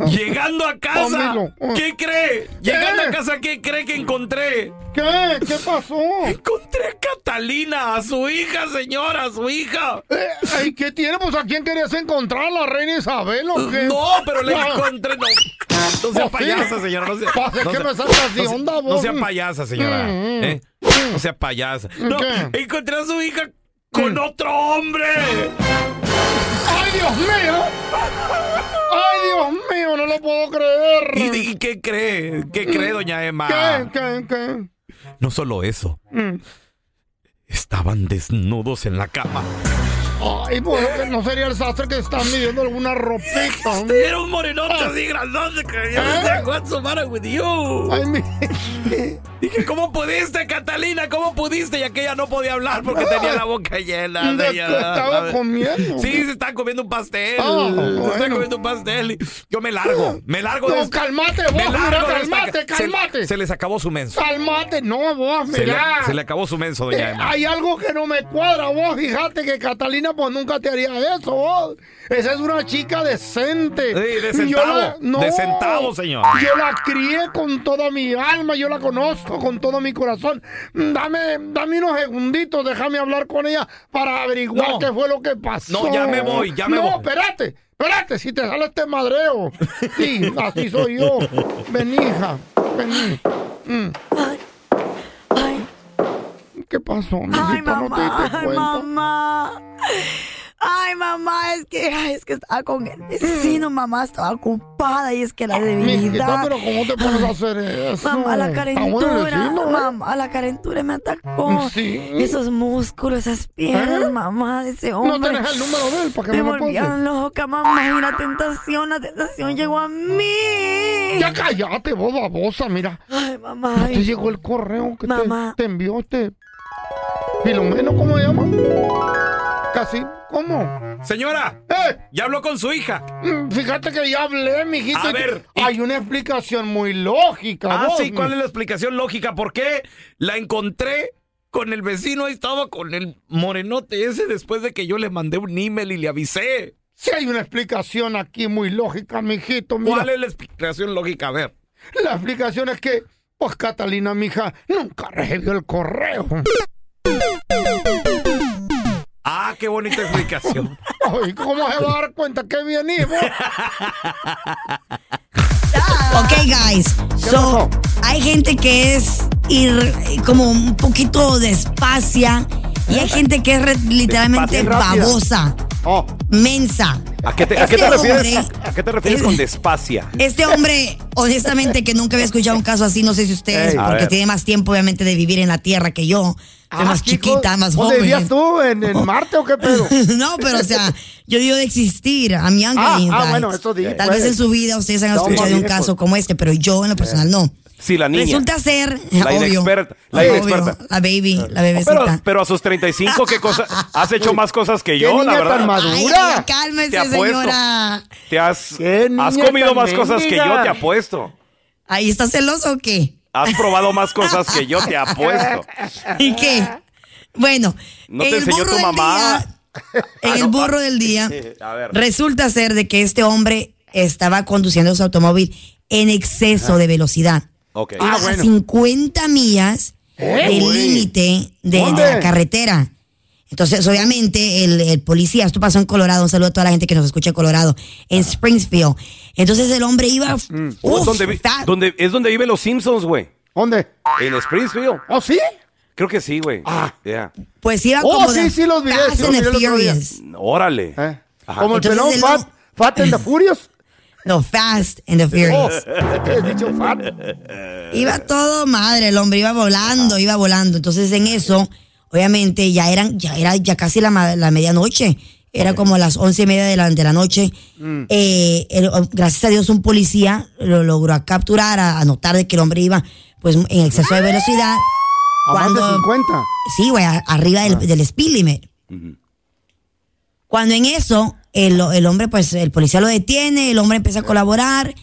Speaker 1: Llegando a casa,
Speaker 9: Pónmelo.
Speaker 1: ¿qué cree? Llegando
Speaker 9: Eh.
Speaker 1: a casa, ¿qué cree que encontré?
Speaker 9: ¿Qué? ¿Qué pasó?
Speaker 1: Encontré a Catalina, a su hija, señora, a su hija.
Speaker 9: Eh. ¿Y qué tiene? Pues a quién querías encontrar, la reina Isabel o qué?
Speaker 1: No, pero la encontré. No, no sea
Speaker 9: Pues sí.
Speaker 1: payasa, señora. No sea,
Speaker 9: Pues es
Speaker 1: no
Speaker 9: que
Speaker 1: sea-
Speaker 9: me sacas de
Speaker 1: no sea-
Speaker 9: onda,
Speaker 1: No
Speaker 9: vos.
Speaker 1: sea payasa, señora.
Speaker 9: Mm,
Speaker 1: ¿eh? No sea payasa.
Speaker 9: ¿Mm,
Speaker 1: No,
Speaker 9: qué?
Speaker 1: encontré a su hija con otro hombre.
Speaker 9: ¡Ay, Dios mío! ¡Ay, Dios mío! No lo puedo creer.
Speaker 1: ¿Y, y qué cree? ¿Qué cree, doña Emma?
Speaker 9: ¿Qué? ¿Qué? ¿Qué?
Speaker 1: No solo eso,
Speaker 9: Mm.
Speaker 1: estaban desnudos en la cama.
Speaker 9: Ay, pues es que no sería el sastre que están midiendo alguna ropita. hombre?
Speaker 1: Era un morenote así grandote que yo
Speaker 9: ¿Eh?
Speaker 1: decía, "What's the matter with you?
Speaker 9: Ay, mi...
Speaker 1: Dije, ¿cómo pudiste, Catalina? ¿Cómo pudiste? Y aquella no podía
Speaker 9: Ah.
Speaker 1: hablar porque tenía la boca llena.
Speaker 9: ¿De
Speaker 1: señora.
Speaker 9: qué estaba comiendo?
Speaker 1: Sí, se estaba comiendo un pastel.
Speaker 9: Ah,
Speaker 1: Se estaba
Speaker 9: bueno.
Speaker 1: comiendo un pastel. Yo me largo, me largo.
Speaker 9: No,
Speaker 1: de esta-
Speaker 9: calmate, vos,
Speaker 1: me largo
Speaker 9: mira,
Speaker 1: de esta
Speaker 9: calmate,
Speaker 1: ca- se-
Speaker 9: calmate.
Speaker 1: Se, les acabó su menso.
Speaker 9: Calmate, no, vos,
Speaker 1: Se le,
Speaker 9: mirá.
Speaker 1: se le acabó su menso,
Speaker 9: Eh,
Speaker 1: doña Emma.
Speaker 9: hay algo que no me cuadra, vos. Fíjate que Catalina, pues nunca te haría eso, vos. Esa es una chica decente.
Speaker 1: Sí, de
Speaker 9: Yo
Speaker 1: centavo, de centavo, señor.
Speaker 9: Yo la crié con toda mi alma, yo la conozco con todo mi corazón. Dame, dame unos segunditos, déjame hablar con ella para averiguar
Speaker 1: No.
Speaker 9: qué fue lo que pasó.
Speaker 1: No, ya me voy, ya me voy.
Speaker 9: No, espérate, espérate, si te sale este madreo. Sí, así soy yo. Vení, hija, vení. Mm. ¿Qué pasó,
Speaker 3: Ay,
Speaker 9: mijita? ¿No te
Speaker 3: mamá,
Speaker 9: diste
Speaker 3: ay,
Speaker 9: cuenta?
Speaker 3: mamá. Ay, mamá, es que, ay, es que estaba con el vecino,
Speaker 9: Mm.
Speaker 3: mamá, estaba ocupada y es que la debilidad.
Speaker 9: Mijita, Ah, pero ¿cómo te pones a hacer
Speaker 3: Ay,
Speaker 9: eso?
Speaker 3: Mamá,
Speaker 9: Está bueno
Speaker 3: la
Speaker 9: el
Speaker 3: calentura,
Speaker 9: vecino, ¿eh?
Speaker 3: mamá, la calentura me atacó.
Speaker 9: Sí.
Speaker 3: Esos músculos, esas piernas,
Speaker 9: ¿Eh?
Speaker 3: mamá, de ese
Speaker 9: No
Speaker 3: hombre.
Speaker 9: tenés el número de él, ¿para que me
Speaker 3: me
Speaker 9: lo
Speaker 3: volvieron
Speaker 9: pase?
Speaker 3: loca, mamá, y la tentación, la tentación llegó a mí.
Speaker 9: Ya cállate, vos babosa, mira.
Speaker 3: Ay, mamá.
Speaker 9: Ya Te
Speaker 3: ay.
Speaker 9: llegó el correo que te,
Speaker 3: Mamá.
Speaker 9: te envió este. Filomeno, ¿cómo se llama? Casi, ¿cómo?
Speaker 1: Señora,
Speaker 9: ¡Eh!
Speaker 1: ya habló con su hija.
Speaker 9: Mm, Fíjate que ya hablé, mijito.
Speaker 1: A
Speaker 9: y-
Speaker 1: ver, y-
Speaker 9: Hay una explicación muy lógica.
Speaker 1: Ah,
Speaker 9: vos,
Speaker 1: sí, ¿cuál es la explicación lógica? ¿Por qué la encontré con el vecino? Ahí estaba con el morenote ese después de que yo le mandé un email y le avisé.
Speaker 9: Sí hay una explicación aquí muy lógica, mijito. Mira.
Speaker 1: ¿Cuál es la explicación lógica? A ver.
Speaker 9: La explicación es que, pues Catalina, mija, nunca recibió el correo.
Speaker 1: Ah, qué bonita explicación.
Speaker 9: Ay, ¿cómo se va a dar cuenta que venimos?
Speaker 3: Ok, guys. So, hay gente que es ir eh, como un poquito despacia y
Speaker 9: ¿Eh?
Speaker 3: hay gente que es re- literalmente
Speaker 5: Despacia y rápida.
Speaker 3: babosa, mensa.
Speaker 5: Oh. ¿A qué te, a
Speaker 3: Este
Speaker 5: qué te refieres?
Speaker 3: hombre-
Speaker 5: ¿A qué te refieres con despacia?
Speaker 3: Este hombre, honestamente, que nunca había escuchado un caso así, no sé si ustedes,
Speaker 5: Ey, a
Speaker 3: porque
Speaker 5: ver.
Speaker 3: tiene más tiempo, obviamente, de vivir en la tierra que yo. Soy
Speaker 9: Ah,
Speaker 3: más
Speaker 9: chico,
Speaker 3: chiquita, más
Speaker 9: ¿dónde vivías
Speaker 3: joven.
Speaker 9: tú? ¿En, en Marte o qué pedo?
Speaker 3: no, pero o sea, yo digo de existir. I'm young
Speaker 9: Ah,
Speaker 3: again,
Speaker 9: ah,
Speaker 3: guys.
Speaker 9: bueno, eso di,
Speaker 3: Tal
Speaker 9: pues.
Speaker 3: vez en su vida ustedes han
Speaker 5: Estamos
Speaker 3: escuchado de un
Speaker 5: viejos.
Speaker 3: caso como este, pero yo en
Speaker 9: Eh.
Speaker 3: lo personal no.
Speaker 5: Sí, la niña. Oh,
Speaker 3: Resulta ser,
Speaker 5: La
Speaker 3: obvio,
Speaker 5: inexperta. La
Speaker 3: obvio,
Speaker 5: inexperta.
Speaker 3: la baby, la
Speaker 5: Pero,
Speaker 3: bebecita.
Speaker 5: pero a sus 35, ¿qué cosa? Has hecho más cosas que
Speaker 9: ¿Qué
Speaker 5: yo,
Speaker 9: niña
Speaker 5: la verdad.
Speaker 9: tan
Speaker 3: Ay,
Speaker 9: madura?
Speaker 3: ay, cálmese,
Speaker 5: Te apuesto.
Speaker 3: señora.
Speaker 5: Te has,
Speaker 9: niña
Speaker 5: has comido
Speaker 9: tan
Speaker 5: más cosas que yo,
Speaker 9: mendiga?
Speaker 5: te apuesto.
Speaker 3: Ahí está celoso o qué?
Speaker 5: Has probado más cosas que yo, te apuesto.
Speaker 3: ¿Y qué? Bueno,
Speaker 5: ¿No
Speaker 3: en
Speaker 5: te
Speaker 3: el
Speaker 5: enseñó
Speaker 3: burro
Speaker 5: tu
Speaker 3: del
Speaker 5: mamá? Ah,
Speaker 3: día-
Speaker 9: Ah,
Speaker 3: en el burro del día,
Speaker 5: A ver.
Speaker 3: resulta ser de que este hombre estaba conduciendo su automóvil en exceso de velocidad.
Speaker 5: Ok.
Speaker 9: Ah,
Speaker 3: Iba a 50 Ah, millas
Speaker 9: Oh,
Speaker 5: ¿Eh?
Speaker 3: del
Speaker 5: Uy.
Speaker 3: límite de, de
Speaker 5: ¿Dónde?
Speaker 3: la carretera. Entonces, obviamente, el, el policía, esto pasó en Colorado, un saludo a toda la gente que nos escucha en Colorado, en Springfield. Entonces el hombre
Speaker 9: Mm.
Speaker 3: iba...
Speaker 5: Oh, es
Speaker 3: uf,
Speaker 5: donde vi-
Speaker 3: está-
Speaker 5: donde- es donde viven los Simpsons, güey.
Speaker 9: ¿Dónde?
Speaker 5: En Springfield.
Speaker 9: ¿Oh, sí?
Speaker 5: Creo que sí, güey. Ah.
Speaker 3: pues iba
Speaker 9: Oh,
Speaker 3: como
Speaker 9: sí,
Speaker 3: de
Speaker 9: sí, los vi,
Speaker 3: Fast
Speaker 9: sí, los
Speaker 3: and
Speaker 9: vi el otro día.
Speaker 3: Furious.
Speaker 5: Órale. Ajá.
Speaker 9: Eh. Como el
Speaker 3: Entonces,
Speaker 9: pelón
Speaker 3: el
Speaker 9: Fat, Fat and the Furious.
Speaker 3: No, Fast and the
Speaker 9: Oh,
Speaker 3: Furious.
Speaker 9: ¿qué has dicho Fat?
Speaker 3: Iba todo madre, el hombre iba volando, iba volando. Entonces en eso, obviamente, ya eran, ya era ya casi la, ma- la medianoche. Era como las once y media de la, de la noche. Eh, el- gracias a Dios un policía lo logró a capturar, a, a notar de que el hombre iba pues en exceso de velocidad.
Speaker 9: A más de
Speaker 3: Cuando-
Speaker 9: 50.
Speaker 3: Sí, güey, a- arriba del, del speed limit. Cuando en eso, el, el hombre, pues, el policía lo detiene, el hombre empieza a colaborar.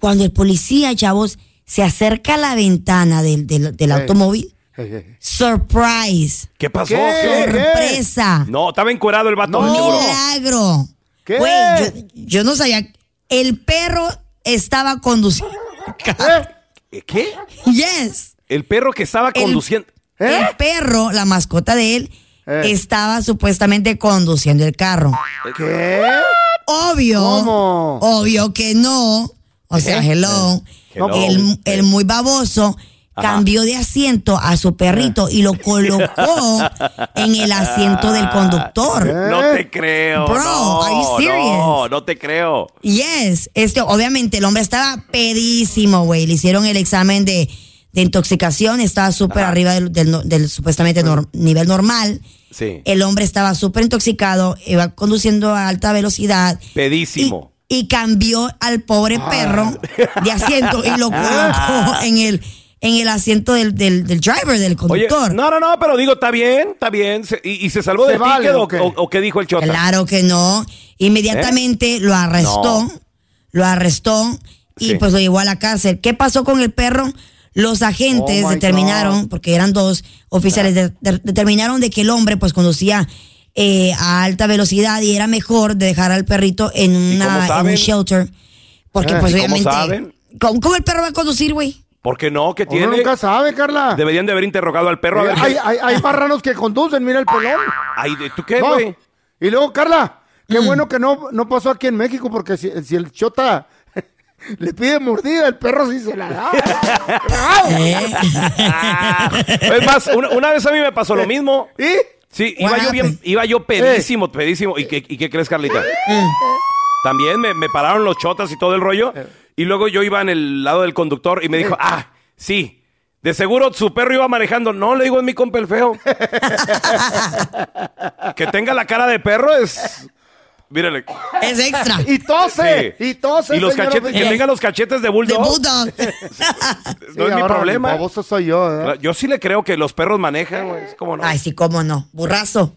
Speaker 3: Cuando el policía, chavos, se acerca a la ventana del, del- del
Speaker 9: Ey.
Speaker 3: automóvil,
Speaker 9: Ey, ey.
Speaker 3: surprise,
Speaker 5: ¿Qué pasó?
Speaker 9: Eh, ¿Qué?
Speaker 3: sorpresa,
Speaker 5: No, estaba encuerado el vato.
Speaker 9: No.
Speaker 5: seguro.
Speaker 3: milagro.
Speaker 9: ¿Qué?
Speaker 3: Güey, yo, yo no sabía. El perro estaba conduciendo.
Speaker 9: ¿Eh?
Speaker 5: ¿Eh?
Speaker 1: ¿Qué?
Speaker 3: Yes.
Speaker 1: El perro que estaba conduciendo.
Speaker 2: ¿Eh?
Speaker 3: El perro, la mascota de él,
Speaker 1: Eh.
Speaker 3: estaba supuestamente conduciendo el carro.
Speaker 2: ¿Qué?
Speaker 3: Obvio. Obvio que no. O sea,
Speaker 2: ¿Eh?
Speaker 3: hello.
Speaker 2: Hello. Eh.
Speaker 3: El, el muy baboso
Speaker 2: Ajá.
Speaker 3: cambió de asiento a su perrito y lo colocó en el asiento del conductor.
Speaker 1: No te creo.
Speaker 3: Bro,
Speaker 1: no,
Speaker 3: are you serious?
Speaker 1: no, no te creo.
Speaker 3: Yes, este, obviamente el hombre estaba pedísimo, güey. Le hicieron el examen de, de intoxicación, estaba súper arriba del, del no- del supuestamente nor- nivel normal.
Speaker 1: Sí.
Speaker 3: El hombre estaba súper intoxicado, iba conduciendo a alta velocidad
Speaker 1: Pedísimo.
Speaker 3: y cambió al pobre perro de asiento y lo colocó en el, en el asiento del, del- del driver,
Speaker 1: Oye,
Speaker 3: del conductor.
Speaker 1: no, no, no, pero digo, está bien, está bien. se- y, y se salvó
Speaker 3: ¿Se
Speaker 1: del
Speaker 3: vale
Speaker 1: ticket
Speaker 3: o
Speaker 1: o,
Speaker 3: qué?
Speaker 1: o- o qué dijo el chota?
Speaker 3: Claro que no. Inmediatamente lo arrestó,
Speaker 1: ¿Eh? No.
Speaker 3: lo arrestó y
Speaker 1: Sí.
Speaker 3: pues lo llevó a la cárcel. ¿Qué pasó con el perro? Los agentes
Speaker 11: Oh, my
Speaker 3: determinaron,
Speaker 11: God.
Speaker 3: porque eran dos oficiales, de- de- determinaron de que el hombre pues conducía eh, a alta velocidad y era mejor de dejar al perrito en,
Speaker 1: cómo
Speaker 3: una, en un
Speaker 1: saben?
Speaker 3: shelter. Porque
Speaker 1: Eh,
Speaker 3: pues
Speaker 1: ¿y cómo
Speaker 3: obviamente...
Speaker 1: saben?
Speaker 3: ¿Cómo, cómo el perro va a conducir, güey?
Speaker 1: ¿Por qué no? ¿Qué
Speaker 2: Uno
Speaker 1: tiene?
Speaker 2: nunca sabe, Carla.
Speaker 1: Deberían de haber interrogado al perro. A ver,
Speaker 2: Hay, hay, hay marranos que conducen, mira el pelón.
Speaker 1: Ay, de- ¿tú qué,
Speaker 2: No.
Speaker 1: güey? Mm.
Speaker 2: Y luego, Carla, qué bueno que no, no pasó aquí en México, porque si, si el chota le pide mordida, el perro sí se la da.
Speaker 1: Es más, una, una vez a mí me pasó lo mismo.
Speaker 2: ¿Y?
Speaker 1: Sí, iba yo, bien, iba
Speaker 3: Eh.
Speaker 1: yo pedísimo, pedísimo. ¿Y qué, y qué crees, Carlita? También me, me pararon los chotas y todo el rollo.
Speaker 3: Eh.
Speaker 1: Y luego yo iba en el lado del conductor y me dijo, ah, sí, de seguro su perro iba manejando. No, le digo, es mi compa el feo. que tenga la cara de perro es... Mírale.
Speaker 3: Es extra.
Speaker 2: Y tose,
Speaker 1: Sí.
Speaker 2: y tose.
Speaker 1: Y los
Speaker 2: señor
Speaker 1: cachetes, que
Speaker 2: oficial.
Speaker 1: tenga los cachetes de bulldog. No
Speaker 2: Sí,
Speaker 1: es mi
Speaker 2: ahora
Speaker 1: problema.
Speaker 2: el baboso soy yo, ¿eh? ¿verdad?
Speaker 1: Yo sí le creo que los perros manejan, güey. Es como no.
Speaker 3: Ay, sí, cómo no. Burrazo.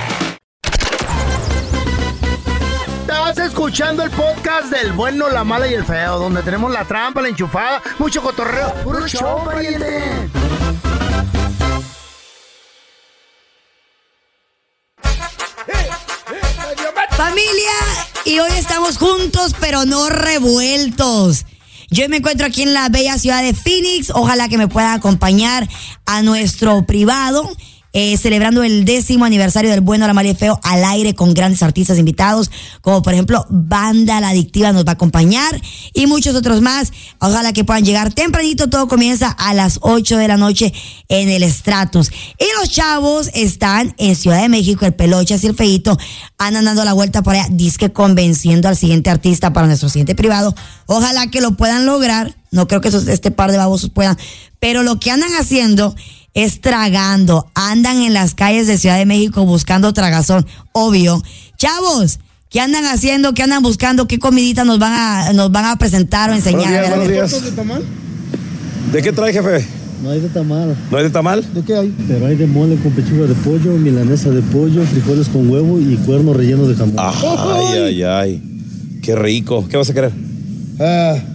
Speaker 2: Estás escuchando el podcast del bueno, la mala y el feo, donde tenemos la trampa, la enchufada, mucho cotorreo. ¡Puro show, pariente!
Speaker 3: Familia, y hoy estamos juntos, pero no revueltos. Yo me encuentro aquí en la bella ciudad de Phoenix. Ojalá que me puedan acompañar a nuestro privado, eh, celebrando el décimo aniversario del Bueno, la Mala y el Feo al aire con grandes artistas invitados, como por ejemplo Banda La Adictiva nos va a acompañar y muchos otros más. Ojalá que puedan llegar tempranito. Todo comienza a las 8 de la noche en el Stratus. Y los chavos están en Ciudad de México, el Pelochas y el Feito andan dando la vuelta por allá, disque convenciendo al siguiente artista para nuestro siguiente privado. Ojalá que lo puedan lograr. No creo que esos- este par de babosos puedan. Pero lo que andan haciendo es tragando. Andan en las calles de Ciudad de México buscando tragazón. Obvio. Chavos, ¿qué andan haciendo? ¿Qué andan buscando? ¿Qué comidita nos van a, nos van a presentar o enseñar?
Speaker 9: Buenos días,
Speaker 3: A ver, a ver.
Speaker 9: buenos días. ¿De qué trae, jefe?
Speaker 12: No hay de tamal.
Speaker 9: ¿No hay de tamal?
Speaker 12: ¿De qué hay? Pero hay de mole con pechuga de pollo, milanesa de pollo, frijoles con huevo y cuerno relleno de jamón.
Speaker 9: Ay, ay, ay. Qué rico. ¿Qué vas a querer?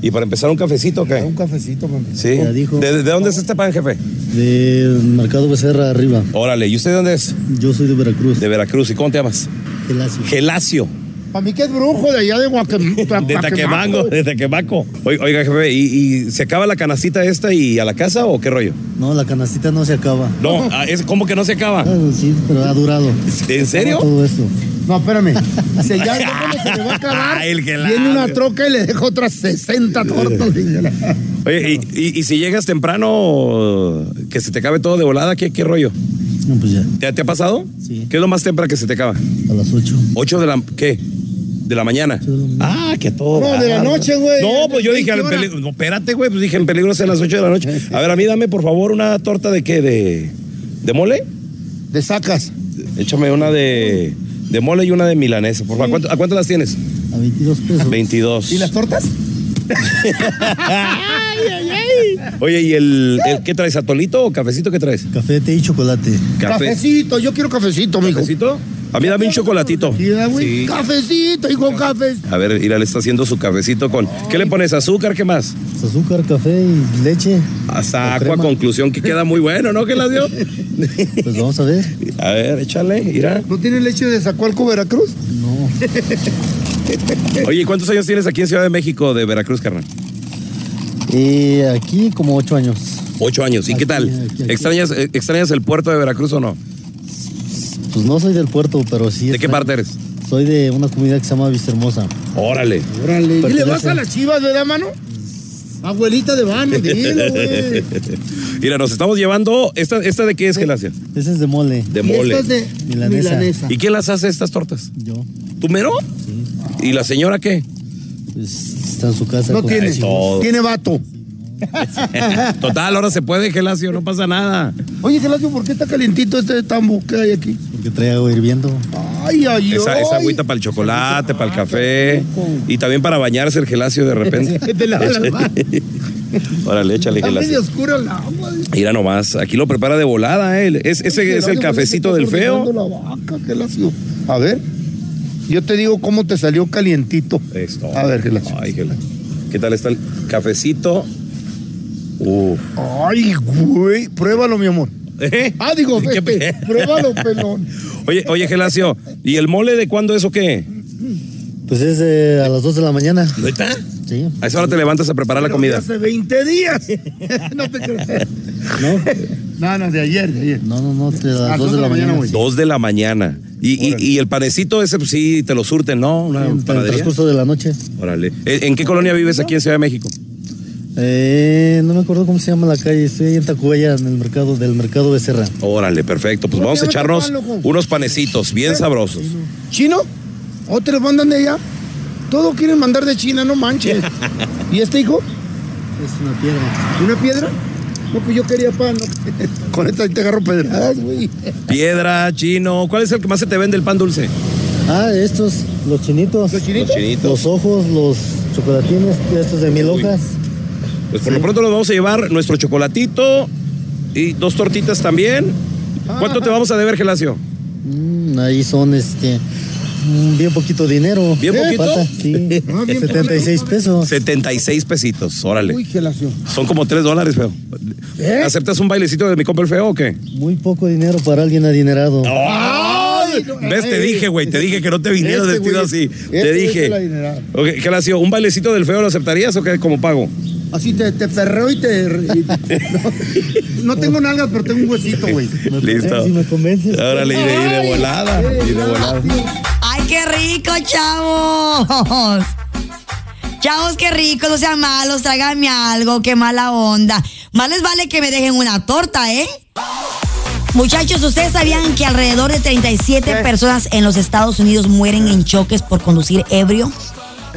Speaker 9: ¿Y para empezar un cafecito o qué? Un
Speaker 12: cafecito,
Speaker 9: Sí.
Speaker 12: Ah. Ya dijo.
Speaker 9: ¿De, de dónde es este pan, jefe?
Speaker 12: Del mercado Becerra arriba.
Speaker 9: Órale, ¿y usted de dónde es?
Speaker 12: Yo soy de Veracruz.
Speaker 9: De Veracruz. ¿Y cómo te llamas?
Speaker 12: Gelacio.
Speaker 9: Gelacio.
Speaker 2: Para mí que es brujo de allá de Guatemala.
Speaker 9: De Taquemango, de Taquemaco. Oi- Oiga, jefe, ¿y, y se acaba la canacita esta y a la casa o qué rollo?
Speaker 12: No, la canastita no se acaba.
Speaker 9: No, ah, es como que no se acaba.
Speaker 12: Ah, Sí, pero ha durado.
Speaker 9: ¿En serio?
Speaker 12: Todo esto.
Speaker 2: No, espérame. Se ya ya cuando se le va a acabar.
Speaker 13: Ah, el que la-
Speaker 2: viene una troca y le deja otras 60 tortas. señora.
Speaker 1: Oye, y, y- y si llegas temprano, que se te cabe todo de volada, ¿qué, qué rollo?
Speaker 12: No, pues ya,
Speaker 1: ¿Te, te ha pasado? Sí. ¿Qué es lo más temprano que se te acaba?
Speaker 12: a las 8.
Speaker 1: ¿Ocho de la qué? ¿De la mañana? Ah, que todo.
Speaker 12: No,
Speaker 1: va.
Speaker 12: de la noche, güey.
Speaker 1: No, pues yo
Speaker 12: ¿Qué
Speaker 1: dije, al
Speaker 12: hora?
Speaker 1: peli- no, espérate, güey, pues dije, en peligro es a las 8 de la noche. A ver, a mí dame por favor una torta de qué, de, de mole.
Speaker 2: De sacas.
Speaker 1: Échame una de, de mole y una de milanesa, por favor. ¿A cuánto, a cuánto las tienes?
Speaker 12: A 22 pesos.
Speaker 1: 22.
Speaker 2: ¿Y las tortas?
Speaker 12: ay, ay, ay.
Speaker 1: Oye, ¿y el, el qué traes? ¿Atolito o cafecito qué traes?
Speaker 12: Café, té y chocolate.
Speaker 2: Cafecito, yo quiero cafecito, mijo.
Speaker 1: ¿Cafecito? A mí dame un chocolatito. Sí.
Speaker 2: Cafecito, hijo, café.
Speaker 1: A ver, Ira le está haciendo su cafecito con. ¿Qué le pones? ¿Azúcar? ¿Qué más?
Speaker 12: Azúcar, café y leche.
Speaker 1: Hasta
Speaker 12: Con
Speaker 1: agua,
Speaker 12: crema.
Speaker 1: conclusión que queda muy bueno, ¿no? ¿Qué la dio?
Speaker 12: Pues vamos a ver.
Speaker 1: A ver, échale, Ira.
Speaker 2: ¿No tiene leche de Zacualco, Veracruz? No.
Speaker 1: Oye, ¿y ¿cuántos años tienes aquí en Ciudad de México de Veracruz, carnal?
Speaker 12: Y aquí como 8 años.
Speaker 1: Ocho años. ¿Y qué tal? ¿Extrañas, eh, ¿Extrañas el puerto de Veracruz o no?
Speaker 12: Pues no soy del puerto, pero sí.
Speaker 1: ¿De qué parte eres?
Speaker 12: Soy de una comunidad que se llama Vista Hermosa.
Speaker 1: Órale.
Speaker 2: Órale. ¿Y le
Speaker 12: Pertenece.
Speaker 2: vas a las chivas, verdad, mano? Abuelita de
Speaker 12: Ah,
Speaker 2: mano, dilo, güey.
Speaker 1: Mira, nos estamos llevando. ¿Esta, esta de qué es, Gelacia?
Speaker 12: Ese Eh, es de mole.
Speaker 1: De mole.
Speaker 12: Milanesa.
Speaker 1: ¿Y quién las hace estas tortas?
Speaker 12: Yo.
Speaker 1: ¿Tú mero? ¿Y la señora qué?
Speaker 12: Pues, Está en su casa.
Speaker 1: No
Speaker 12: con-
Speaker 1: tiene. Es todo.
Speaker 2: Tiene vato.
Speaker 1: Total, ahora se puede, Gelacio, no pasa nada.
Speaker 2: Oye, Gelacio, ¿por qué está calientito este tambo que hay aquí?
Speaker 12: Porque trae agua hirviendo. Ah,
Speaker 2: Ay, ay,
Speaker 1: Esa,
Speaker 2: ay.
Speaker 1: esa agüita para el chocolate, para el café y también para bañarse el gelacio de repente. Este,
Speaker 2: Te lava las manos.
Speaker 1: Órale, échale
Speaker 2: Está medio
Speaker 1: gelacio.
Speaker 2: oscuro el agua.
Speaker 1: Mira nomás, aquí lo prepara de volada, ¿eh? Es- ese es el cafecito del feo.
Speaker 2: La vaca, Gelacio. A ver, yo te digo cómo te salió calientito.
Speaker 1: Esto.
Speaker 2: A ver, Gelacio.
Speaker 1: Ay, gela- ¿Qué tal está el cafecito? Uh.
Speaker 2: Ay, güey, pruébalo, mi amor.
Speaker 1: ¿Eh?
Speaker 2: Ah, digo,
Speaker 1: ¿Qué
Speaker 2: este,
Speaker 1: pe-
Speaker 2: pruébalo, pelón.
Speaker 1: Oye, oye, Gelacio, ¿y el mole de cuándo es o qué?
Speaker 12: Pues es eh, a las 2 de la mañana.
Speaker 1: ¿No está?
Speaker 12: Sí.
Speaker 1: A esa hora te levantas a preparar la comida.
Speaker 2: Hace 20 días. no te creas. No. No, no, de ayer, de ayer.
Speaker 12: No, no, no, te- a
Speaker 2: las 2 de la mañana, güey.
Speaker 1: Dos de la mañana. Y, y- y el panecito ese pues, sí te lo surten, ¿no? Una
Speaker 12: En el
Speaker 1: panadería.
Speaker 12: transcurso de la noche.
Speaker 1: Órale. ¿E, ¿En en qué colonia vives aquí en Ciudad de México?
Speaker 12: Eh, no me acuerdo cómo se llama la calle. Estoy ahí en Tacubaya, en el mercado, del mercado Becerra.
Speaker 1: Órale, perfecto. Pues vamos a echarnos unos panecitos bien sabrosos.
Speaker 2: ¿Chino? ¿Otros mandan de allá? Todo quieren mandar de China, no manches. ¿Y este hijo?
Speaker 12: Es una piedra.
Speaker 2: ¿Una piedra? No, pues yo quería pan. ¿no? Con esta te agarro pedradas, güey.
Speaker 1: Piedra, chino. ¿Cuál es el que más se te vende el pan dulce?
Speaker 12: Ah, estos, los chinitos. Los
Speaker 1: chinitos? Los chinitos.
Speaker 12: ojos, los chocolatines, estos de mil
Speaker 1: Uy.
Speaker 12: hojas.
Speaker 1: Pues por lo pronto nos vamos a llevar nuestro chocolatito y dos tortitas también. ¿Cuánto te vamos a deber, Gelacio?
Speaker 12: Mm, ahí son este. mm, Bien poquito dinero.
Speaker 1: ¿Bien
Speaker 12: ¿Eh?
Speaker 1: poquito?
Speaker 12: Falta, sí.
Speaker 2: Ah, bien
Speaker 12: 76 pesos.
Speaker 1: 76 pesitos, órale.
Speaker 2: Uy, ¿Eh? gelación.
Speaker 1: Son como 3 dólares, feo. ¿Aceptas un bailecito de mi compa el feo o qué?
Speaker 12: Muy poco dinero para alguien adinerado.
Speaker 1: ¿Ves? Te dije, güey, te dije que no te viniera
Speaker 2: eh, Este
Speaker 1: vestido
Speaker 2: güey,
Speaker 1: así.
Speaker 2: este
Speaker 1: te
Speaker 2: güey
Speaker 1: dije.
Speaker 2: es el adinerado.
Speaker 1: Ok, Gelacio, ¿un bailecito del feo lo aceptarías o qué como pago?
Speaker 2: Así te, te ferreo y te. y- no, no tengo nalgas, pero tengo un huesito, güey.
Speaker 1: Listo.
Speaker 12: Si me convences.
Speaker 1: Órale, y de, y de
Speaker 12: Ay.
Speaker 1: volada. Y de volada.
Speaker 3: ¡Ay, qué rico, chavos! Chavos, qué rico, no sean malos, tráiganme algo, qué mala onda. Más les vale que me dejen una torta, ¿eh? Muchachos, ¿ustedes sabían que alrededor de 37 personas en los Estados Unidos mueren en choques por conducir ebrio?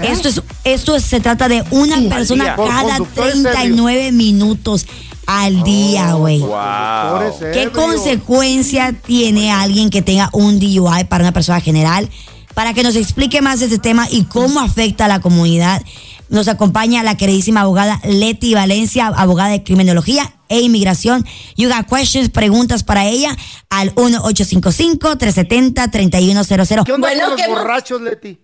Speaker 3: Esto es, esto es- se trata de una persona
Speaker 9: ¿Eh? día. Por
Speaker 3: cada
Speaker 9: conductores ebrios.
Speaker 3: 39 minutos al día, güey.
Speaker 9: Wow.
Speaker 3: ¿Qué consecuencia tiene alguien que tenga un DUI para una persona general? Para que nos explique más este tema y cómo afecta a la comunidad, nos acompaña la queridísima abogada Leti Valencia, abogada de criminología e inmigración. You got questions, preguntas para ella al 1-855-370-3100.
Speaker 2: ¿Qué onda
Speaker 14: Bueno,
Speaker 2: con los
Speaker 14: que hemos-
Speaker 2: borrachos, Leti?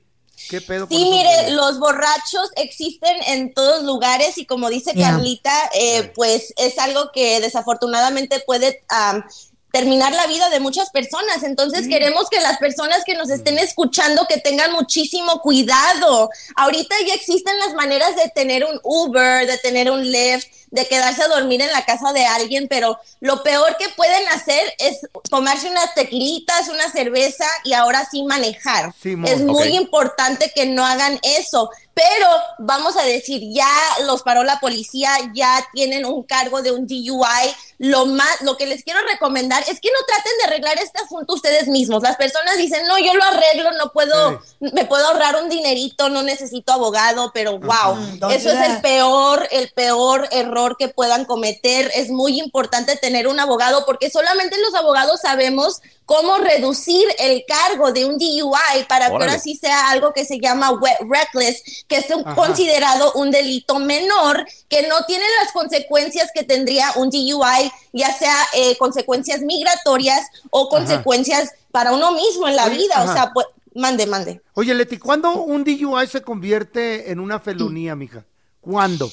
Speaker 2: ¿Qué pedo con
Speaker 14: Sí,
Speaker 2: esos
Speaker 14: mire,
Speaker 2: borrachos?
Speaker 14: los borrachos existen en todos lugares y como dice
Speaker 2: Ya.
Speaker 14: Carlita, eh, pues es algo que desafortunadamente puede am, terminar la vida de muchas personas. Entonces queremos que las personas que nos estén escuchando que tengan muchísimo cuidado. Ahorita ya existen las maneras de tener un Uber, de tener un Lyft, de quedarse a dormir en la casa de alguien, pero lo peor que pueden hacer es tomarse unas tequilitas, una cerveza y ahora sí manejar.
Speaker 15: Simón.
Speaker 14: es muy
Speaker 15: Ok.
Speaker 14: importante que no hagan eso. Pero vamos a decir, ya los paró la policía, ya tienen un cargo de un DUI. Lo más, lo que les quiero recomendar es que no traten de arreglar este asunto ustedes mismos. Las personas dicen, no, yo lo arreglo, no puedo, me puedo ahorrar un dinerito, no necesito abogado, pero wow,
Speaker 5: don't
Speaker 14: eso
Speaker 5: do
Speaker 14: es el
Speaker 5: that.
Speaker 14: peor, el peor error que puedan cometer. Es muy importante tener un abogado porque solamente los abogados sabemos cómo reducir el cargo de un DUI para que ahora
Speaker 15: Órale.
Speaker 14: sí sí sea algo que se llama wet reckless, que es un- considerado un delito menor, que no tiene las consecuencias que tendría un DUI, ya sea eh, consecuencias migratorias o consecuencias para uno mismo en la
Speaker 2: Oye,
Speaker 14: vida.
Speaker 2: ajá.
Speaker 14: O sea, pues, mande, mande.
Speaker 2: Oye, Leti, ¿cuándo un DUI se convierte en una felonía, mija? ¿Cuándo?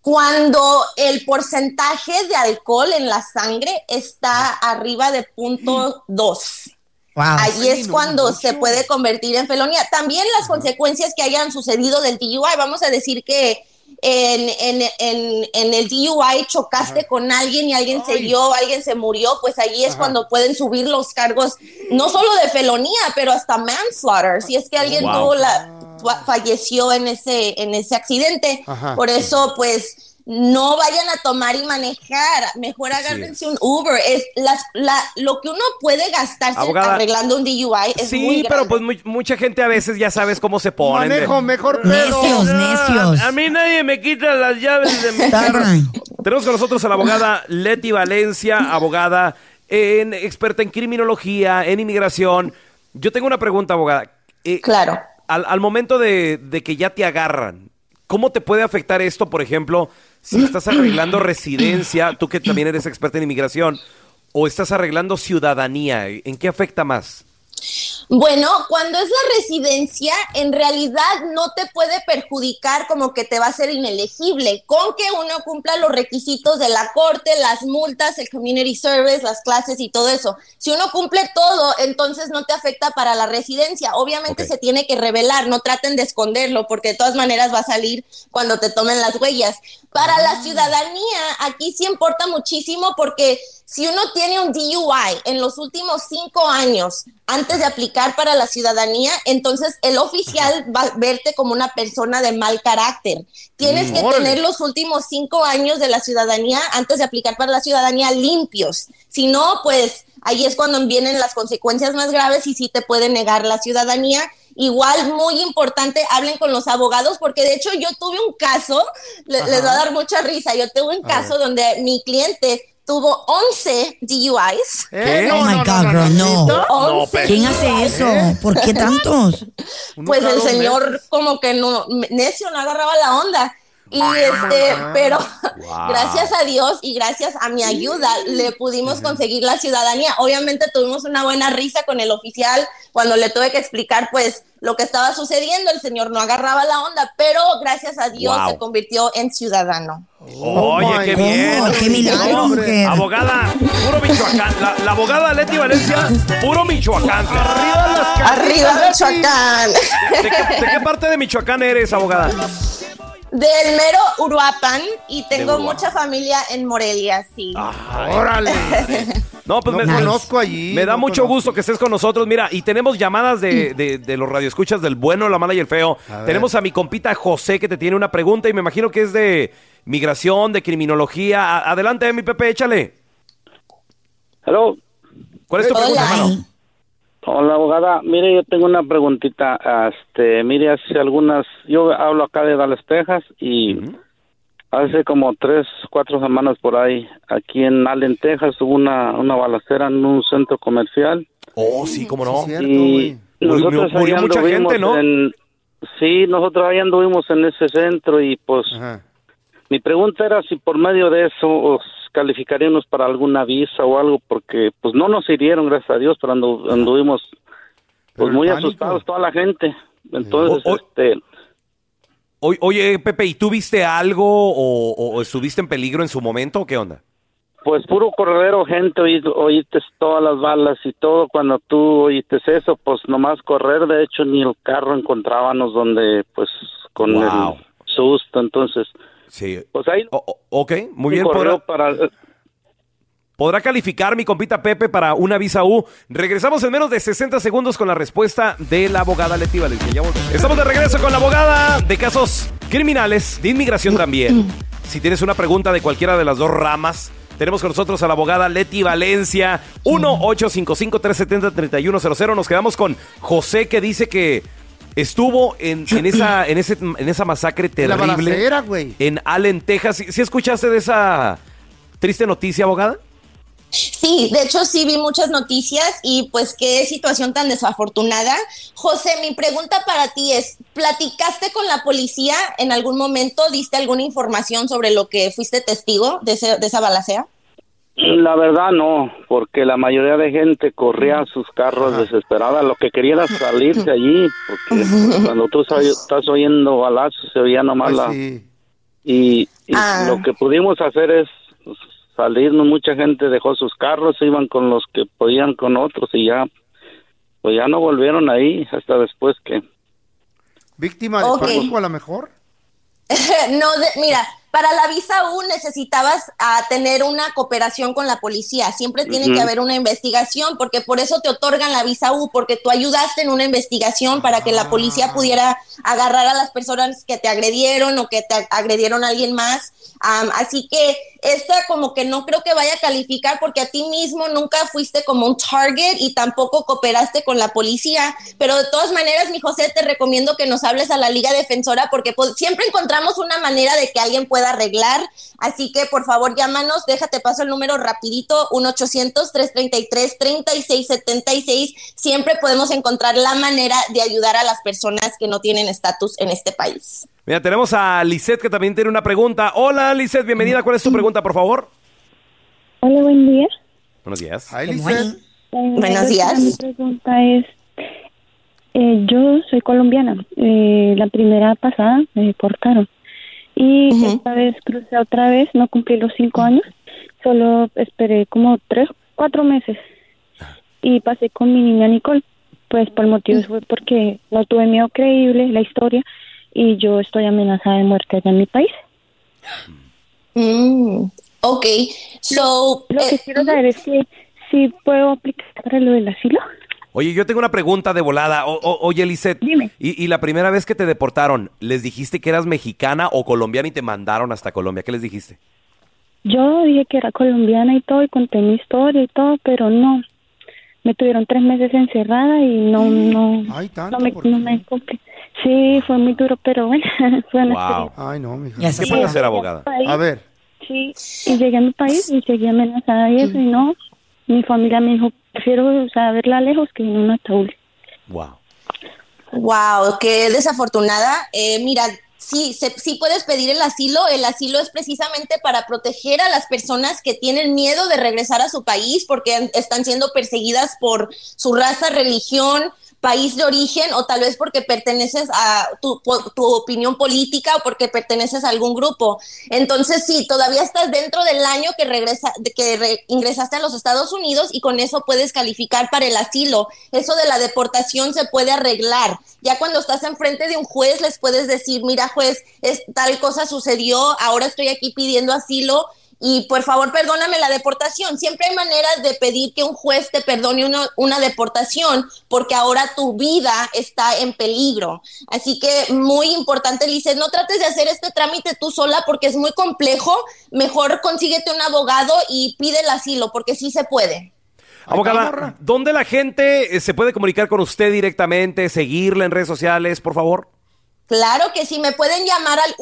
Speaker 14: Cuando el porcentaje de alcohol en la sangre está arriba de punto 2. Ahí es cuando se puede convertir en felonía. También las consecuencias que hayan sucedido del DUI. Vamos a decir que en, en- en- en el DUI chocaste con alguien y alguien se dio, alguien se murió, pues ahí es
Speaker 15: Ajá.
Speaker 14: cuando pueden subir los cargos, no solo de felonía, pero hasta manslaughter. Si es que alguien
Speaker 15: Wow.
Speaker 14: tuvo la, fa- falleció en ese, en ese accidente.
Speaker 15: Ah. Ajá.
Speaker 14: Por eso, pues. No vayan a tomar y manejar, mejor
Speaker 1: Así
Speaker 14: agárrense
Speaker 1: es.
Speaker 14: un Uber. Es las, la, lo que uno puede gastarse
Speaker 1: Abogada,
Speaker 14: arreglando un DUI es muy
Speaker 1: Sí,
Speaker 14: grande.
Speaker 1: pero pues muy- mucha gente a veces ya sabes cómo se ponen. de-
Speaker 2: Manejo mejor
Speaker 1: Necios,
Speaker 2: pedo.
Speaker 1: necios. A mí nadie me quita las llaves de mi carro. Tenemos con nosotros a la abogada Leti Valencia, abogada en, experta en criminología, en inmigración. Yo tengo una pregunta, abogada. Eh,
Speaker 14: claro.
Speaker 1: Al, al momento de, de que ya te agarran, ¿cómo te puede afectar esto, por ejemplo, si estás arreglando residencia, tú que también eres experta en inmigración, o estás arreglando ciudadanía? ¿En qué afecta más?
Speaker 14: Bueno, cuando es la residencia, en realidad no te puede perjudicar como que te va a ser inelegible, con que uno cumpla los requisitos de la corte, las multas, el community service, las clases y todo eso. Si uno cumple todo, entonces no te afecta para la residencia. Obviamente se tiene que revelar, no traten de esconderlo, porque de todas maneras va a salir cuando te tomen las huellas.
Speaker 1: Ah.
Speaker 14: Para la ciudadanía, aquí sí importa muchísimo porque si uno tiene un DUI en los últimos cinco años antes de aplicar para la ciudadanía, entonces el oficial va a verte como una persona de mal carácter. Tienes
Speaker 15: Mm,
Speaker 14: que
Speaker 15: órale.
Speaker 14: tener los últimos cinco años de la ciudadanía antes de aplicar para la ciudadanía limpios. Si no, pues ahí es cuando vienen las consecuencias más graves y sí te puede negar la ciudadanía. Igual, muy importante, hablen con los abogados, porque de hecho yo tuve un caso, le-
Speaker 15: Ajá.
Speaker 14: les va a dar mucha risa, yo tuve un
Speaker 15: A
Speaker 14: caso donde mi cliente tuvo 11 DUIs.
Speaker 5: ¿Qué? Oh my God, bro, no.
Speaker 14: No, pero-
Speaker 1: pues.
Speaker 5: ¿Quién hace eso? ¿Por qué tantos? ¿Eh?
Speaker 14: pues
Speaker 5: cada
Speaker 14: el
Speaker 5: dos
Speaker 14: señor como que no, necio, no agarraba la onda. Y este, pero gracias a Dios y gracias a mi ayuda le pudimos conseguir la ciudadanía. Obviamente tuvimos una buena risa con el oficial cuando le tuve que explicar pues lo que estaba sucediendo. El señor no agarraba la onda, pero gracias a Dios
Speaker 1: Wow.
Speaker 14: se convirtió en ciudadano.
Speaker 1: Oye, qué bien.
Speaker 5: qué milagro,
Speaker 1: Hombre,
Speaker 5: mujer.
Speaker 1: Abogada, puro Michoacán. La, la abogada Leti Valencia, puro Michoacán. Arriba las
Speaker 14: Arriba Michoacán.
Speaker 1: ¿De qué, de qué parte de Michoacán eres, abogada?
Speaker 14: Del mero Uruapan y tengo
Speaker 1: Uruapan.
Speaker 14: mucha familia en Morelia, sí.
Speaker 1: ¡Órale! No, pues me
Speaker 2: conozco allí,
Speaker 1: Me da
Speaker 2: no
Speaker 1: mucho gusto que estés con nosotros. Mira, y tenemos llamadas de, de- de los radioescuchas del bueno, la mala y el feo.
Speaker 2: ver.
Speaker 1: tenemos a mi compita José que te tiene una pregunta y me imagino que es de migración, de criminología. A- adelante, mi Pepe, échale.
Speaker 16: Hello.
Speaker 1: ¿Cuál es tu pregunta, hermano?
Speaker 16: Hola, abogada. Mire, yo tengo una preguntita. Este, mire, hace algunas. Yo hablo acá de Dallas, Texas, y hace como tres, cuatro semanas por ahí, aquí en Allen, Texas, hubo una, una balacera en un centro comercial.
Speaker 1: Oh, sí, cómo no.
Speaker 16: y
Speaker 1: Murió-
Speaker 16: nosotros ahí
Speaker 1: murió mucha
Speaker 16: anduvimos
Speaker 1: gente, ¿no?
Speaker 16: en- sí, nosotros ahí anduvimos en ese centro y pues mi pregunta era si por medio de eso os calificaríamos para alguna visa o algo porque pues no nos hirieron, gracias a Dios, pero andu- anduvimos pues muy asustados toda la gente. Entonces, este,
Speaker 1: O- oye, Pepe, ¿y tú viste algo o, o- o estuviste en peligro en su momento o qué onda?
Speaker 16: Pues puro corredero, gente, oí- oíste todas las balas y todo. Cuando tú oíste eso, pues nomás correr. De hecho, ni el carro encontrábamos donde, pues, con
Speaker 1: Wow.
Speaker 16: el susto. Entonces,
Speaker 1: Sí.
Speaker 16: Pues ahí.
Speaker 1: O- o- ok, muy bien.
Speaker 16: Un
Speaker 1: Podrá,
Speaker 16: correo para-
Speaker 1: podrá calificar mi compita Pepe para una visa U. Regresamos en menos de 60 segundos con la respuesta de la abogada Leti Valencia. Ya volvemos. Estamos de regreso con la abogada de casos criminales, de inmigración también. Si tienes una pregunta de cualquiera de las dos ramas, tenemos con nosotros a la abogada Leti Valencia. 1-855-370-3100. Nos quedamos con José que dice que estuvo en, en esa, en, ese, en esa masacre
Speaker 2: La
Speaker 1: terrible.
Speaker 2: balacera, güey.
Speaker 1: En Allen, Texas. ¿Sí, sí escuchaste de esa triste noticia, abogada?
Speaker 14: Sí, de hecho sí vi muchas noticias y pues qué situación tan desafortunada. José, mi pregunta para ti es, ¿platicaste con la policía en algún momento? ¿Diste alguna información sobre lo que fuiste testigo de, ese- de esa balacera?
Speaker 16: La verdad no, porque la mayoría de gente corría a sus carros desesperada, lo que quería era salir de allí, porque pues, cuando tú sa- estás oyendo balazos se oía nomás
Speaker 2: Pues
Speaker 16: la...
Speaker 2: sí.
Speaker 16: Y, y
Speaker 2: Ah.
Speaker 16: lo que pudimos hacer es pues, salirnos, mucha gente dejó sus carros, se iban con los que podían con otros y ya, pues ya no volvieron ahí hasta después que...
Speaker 2: Víctima de
Speaker 14: Ok.
Speaker 2: Paco, a lo mejor.
Speaker 14: no, de- mira, para la visa U necesitabas ah, tener una cooperación con la policía. Siempre tiene
Speaker 11: Ujú.
Speaker 14: que haber una investigación, porque por eso te otorgan la visa U, porque tú ayudaste en una investigación para que la policía pudiera agarrar a las personas que te agredieron o que te ag- agredieron a alguien más. Am, así que esta como que no creo que vaya a calificar porque a ti mismo nunca fuiste como un target y tampoco cooperaste con la policía. Pero de todas maneras, mi José, te recomiendo que nos hables a la Liga Defensora porque pues, siempre encontramos una manera de que alguien pueda arreglar. Así que por favor llámanos, déjate paso el número rapidito, 1-800-333-3676. Siempre podemos encontrar la manera de ayudar a las personas que no tienen estatus en este país.
Speaker 1: Mira, tenemos a Lisette que también tiene una pregunta. Hola, Lisette, bienvenida. ¿Cuál es tu pregunta, por favor?
Speaker 15: Hola, buen día.
Speaker 1: Buenos días.
Speaker 15: Eh,
Speaker 14: Buenos días.
Speaker 15: Mi pregunta es, eh, yo soy colombiana. Eh, la primera pasada me deportaron y esta vez crucé otra vez, no cumplí los cinco años, solo esperé como tres, cuatro meses y pasé con mi niña Nicole. Pues por motivos fue porque no tuve miedo creíble la historia y yo estoy amenazada de muerte allá en mi país.
Speaker 14: Mm. ok, so...
Speaker 15: Lo que quiero saber es que si puedo aplicar para lo del asilo.
Speaker 1: Oye, yo tengo una pregunta de volada. O- o- oye, Lisette. Y, y la primera vez que te deportaron, ¿les dijiste que eras mexicana o colombiana y te mandaron hasta Colombia? ¿Qué les dijiste?
Speaker 15: Yo dije que era colombiana y todo, y conté mi historia y todo, pero no. Me tuvieron tres meses encerrada y no, no, no me, no me cumplí. Sí, fue muy duro, pero bueno, fue una
Speaker 1: Wow.
Speaker 2: Ay, no, mija.
Speaker 15: Ya
Speaker 1: ¿Qué
Speaker 15: sé.
Speaker 1: puede ser, abogada?
Speaker 15: A ver. experiencia. Y llegué a mi país y seguí amenazada y eso, y no. Mi familia me dijo, prefiero o sea, verla lejos que en un ataúd.
Speaker 1: Wow.
Speaker 14: Wow, qué desafortunada. Eh, mira, sí, se- sí puedes pedir el asilo. El asilo es precisamente para proteger a las personas que tienen miedo de regresar a su país porque an- están siendo perseguidas por su raza, religión, país de origen o tal vez porque perteneces a tu, po- tu opinión política o porque perteneces a algún grupo. Entonces, sí, todavía estás dentro del año que regresa, de que re- ingresaste a los Estados Unidos y con eso puedes calificar para el asilo. Eso de la deportación se puede arreglar. Ya cuando estás enfrente de un juez, les puedes decir, mira juez, es, tal cosa sucedió, ahora estoy aquí pidiendo asilo. Y por favor, perdóname la deportación. Siempre hay maneras de pedir que un juez te perdone una, una deportación porque ahora tu vida está en peligro. Así que muy importante, Lice, no trates de hacer este trámite tú sola porque es muy complejo. Mejor consíguete un abogado y pide el asilo porque sí se puede.
Speaker 1: Abogada, ¿dónde la gente eh, se puede comunicar con usted directamente, seguirla en redes sociales, por favor?
Speaker 14: Claro que sí, me pueden llamar al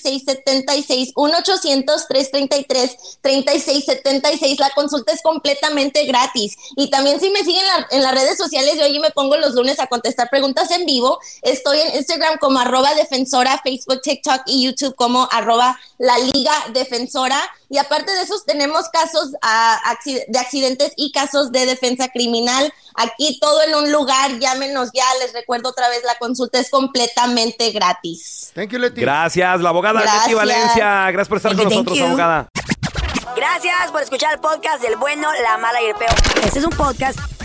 Speaker 14: 1-800-333-3676, 1-800-333-3676. La consulta es completamente gratis. Y también si me siguen la- en las redes sociales, yo allí me pongo los lunes a contestar preguntas en vivo. Estoy en Instagram como arroba defensora, Facebook, TikTok y YouTube como arroba la liga defensora. Y aparte de eso, tenemos casos ah, acci- de accidentes y casos de defensa criminal. Aquí todo en un lugar, llámenos ya. Les recuerdo otra vez, la consulta es completamente gratis.
Speaker 2: Thank you, Leti.
Speaker 1: Gracias, la abogada Leti
Speaker 14: Gracias.
Speaker 1: Valencia. Gracias por estar
Speaker 14: Thank
Speaker 1: con
Speaker 14: you, thank
Speaker 1: nosotros,
Speaker 14: you.
Speaker 1: abogada.
Speaker 3: Gracias por escuchar el podcast del bueno, la mala y el peor. Este es un podcast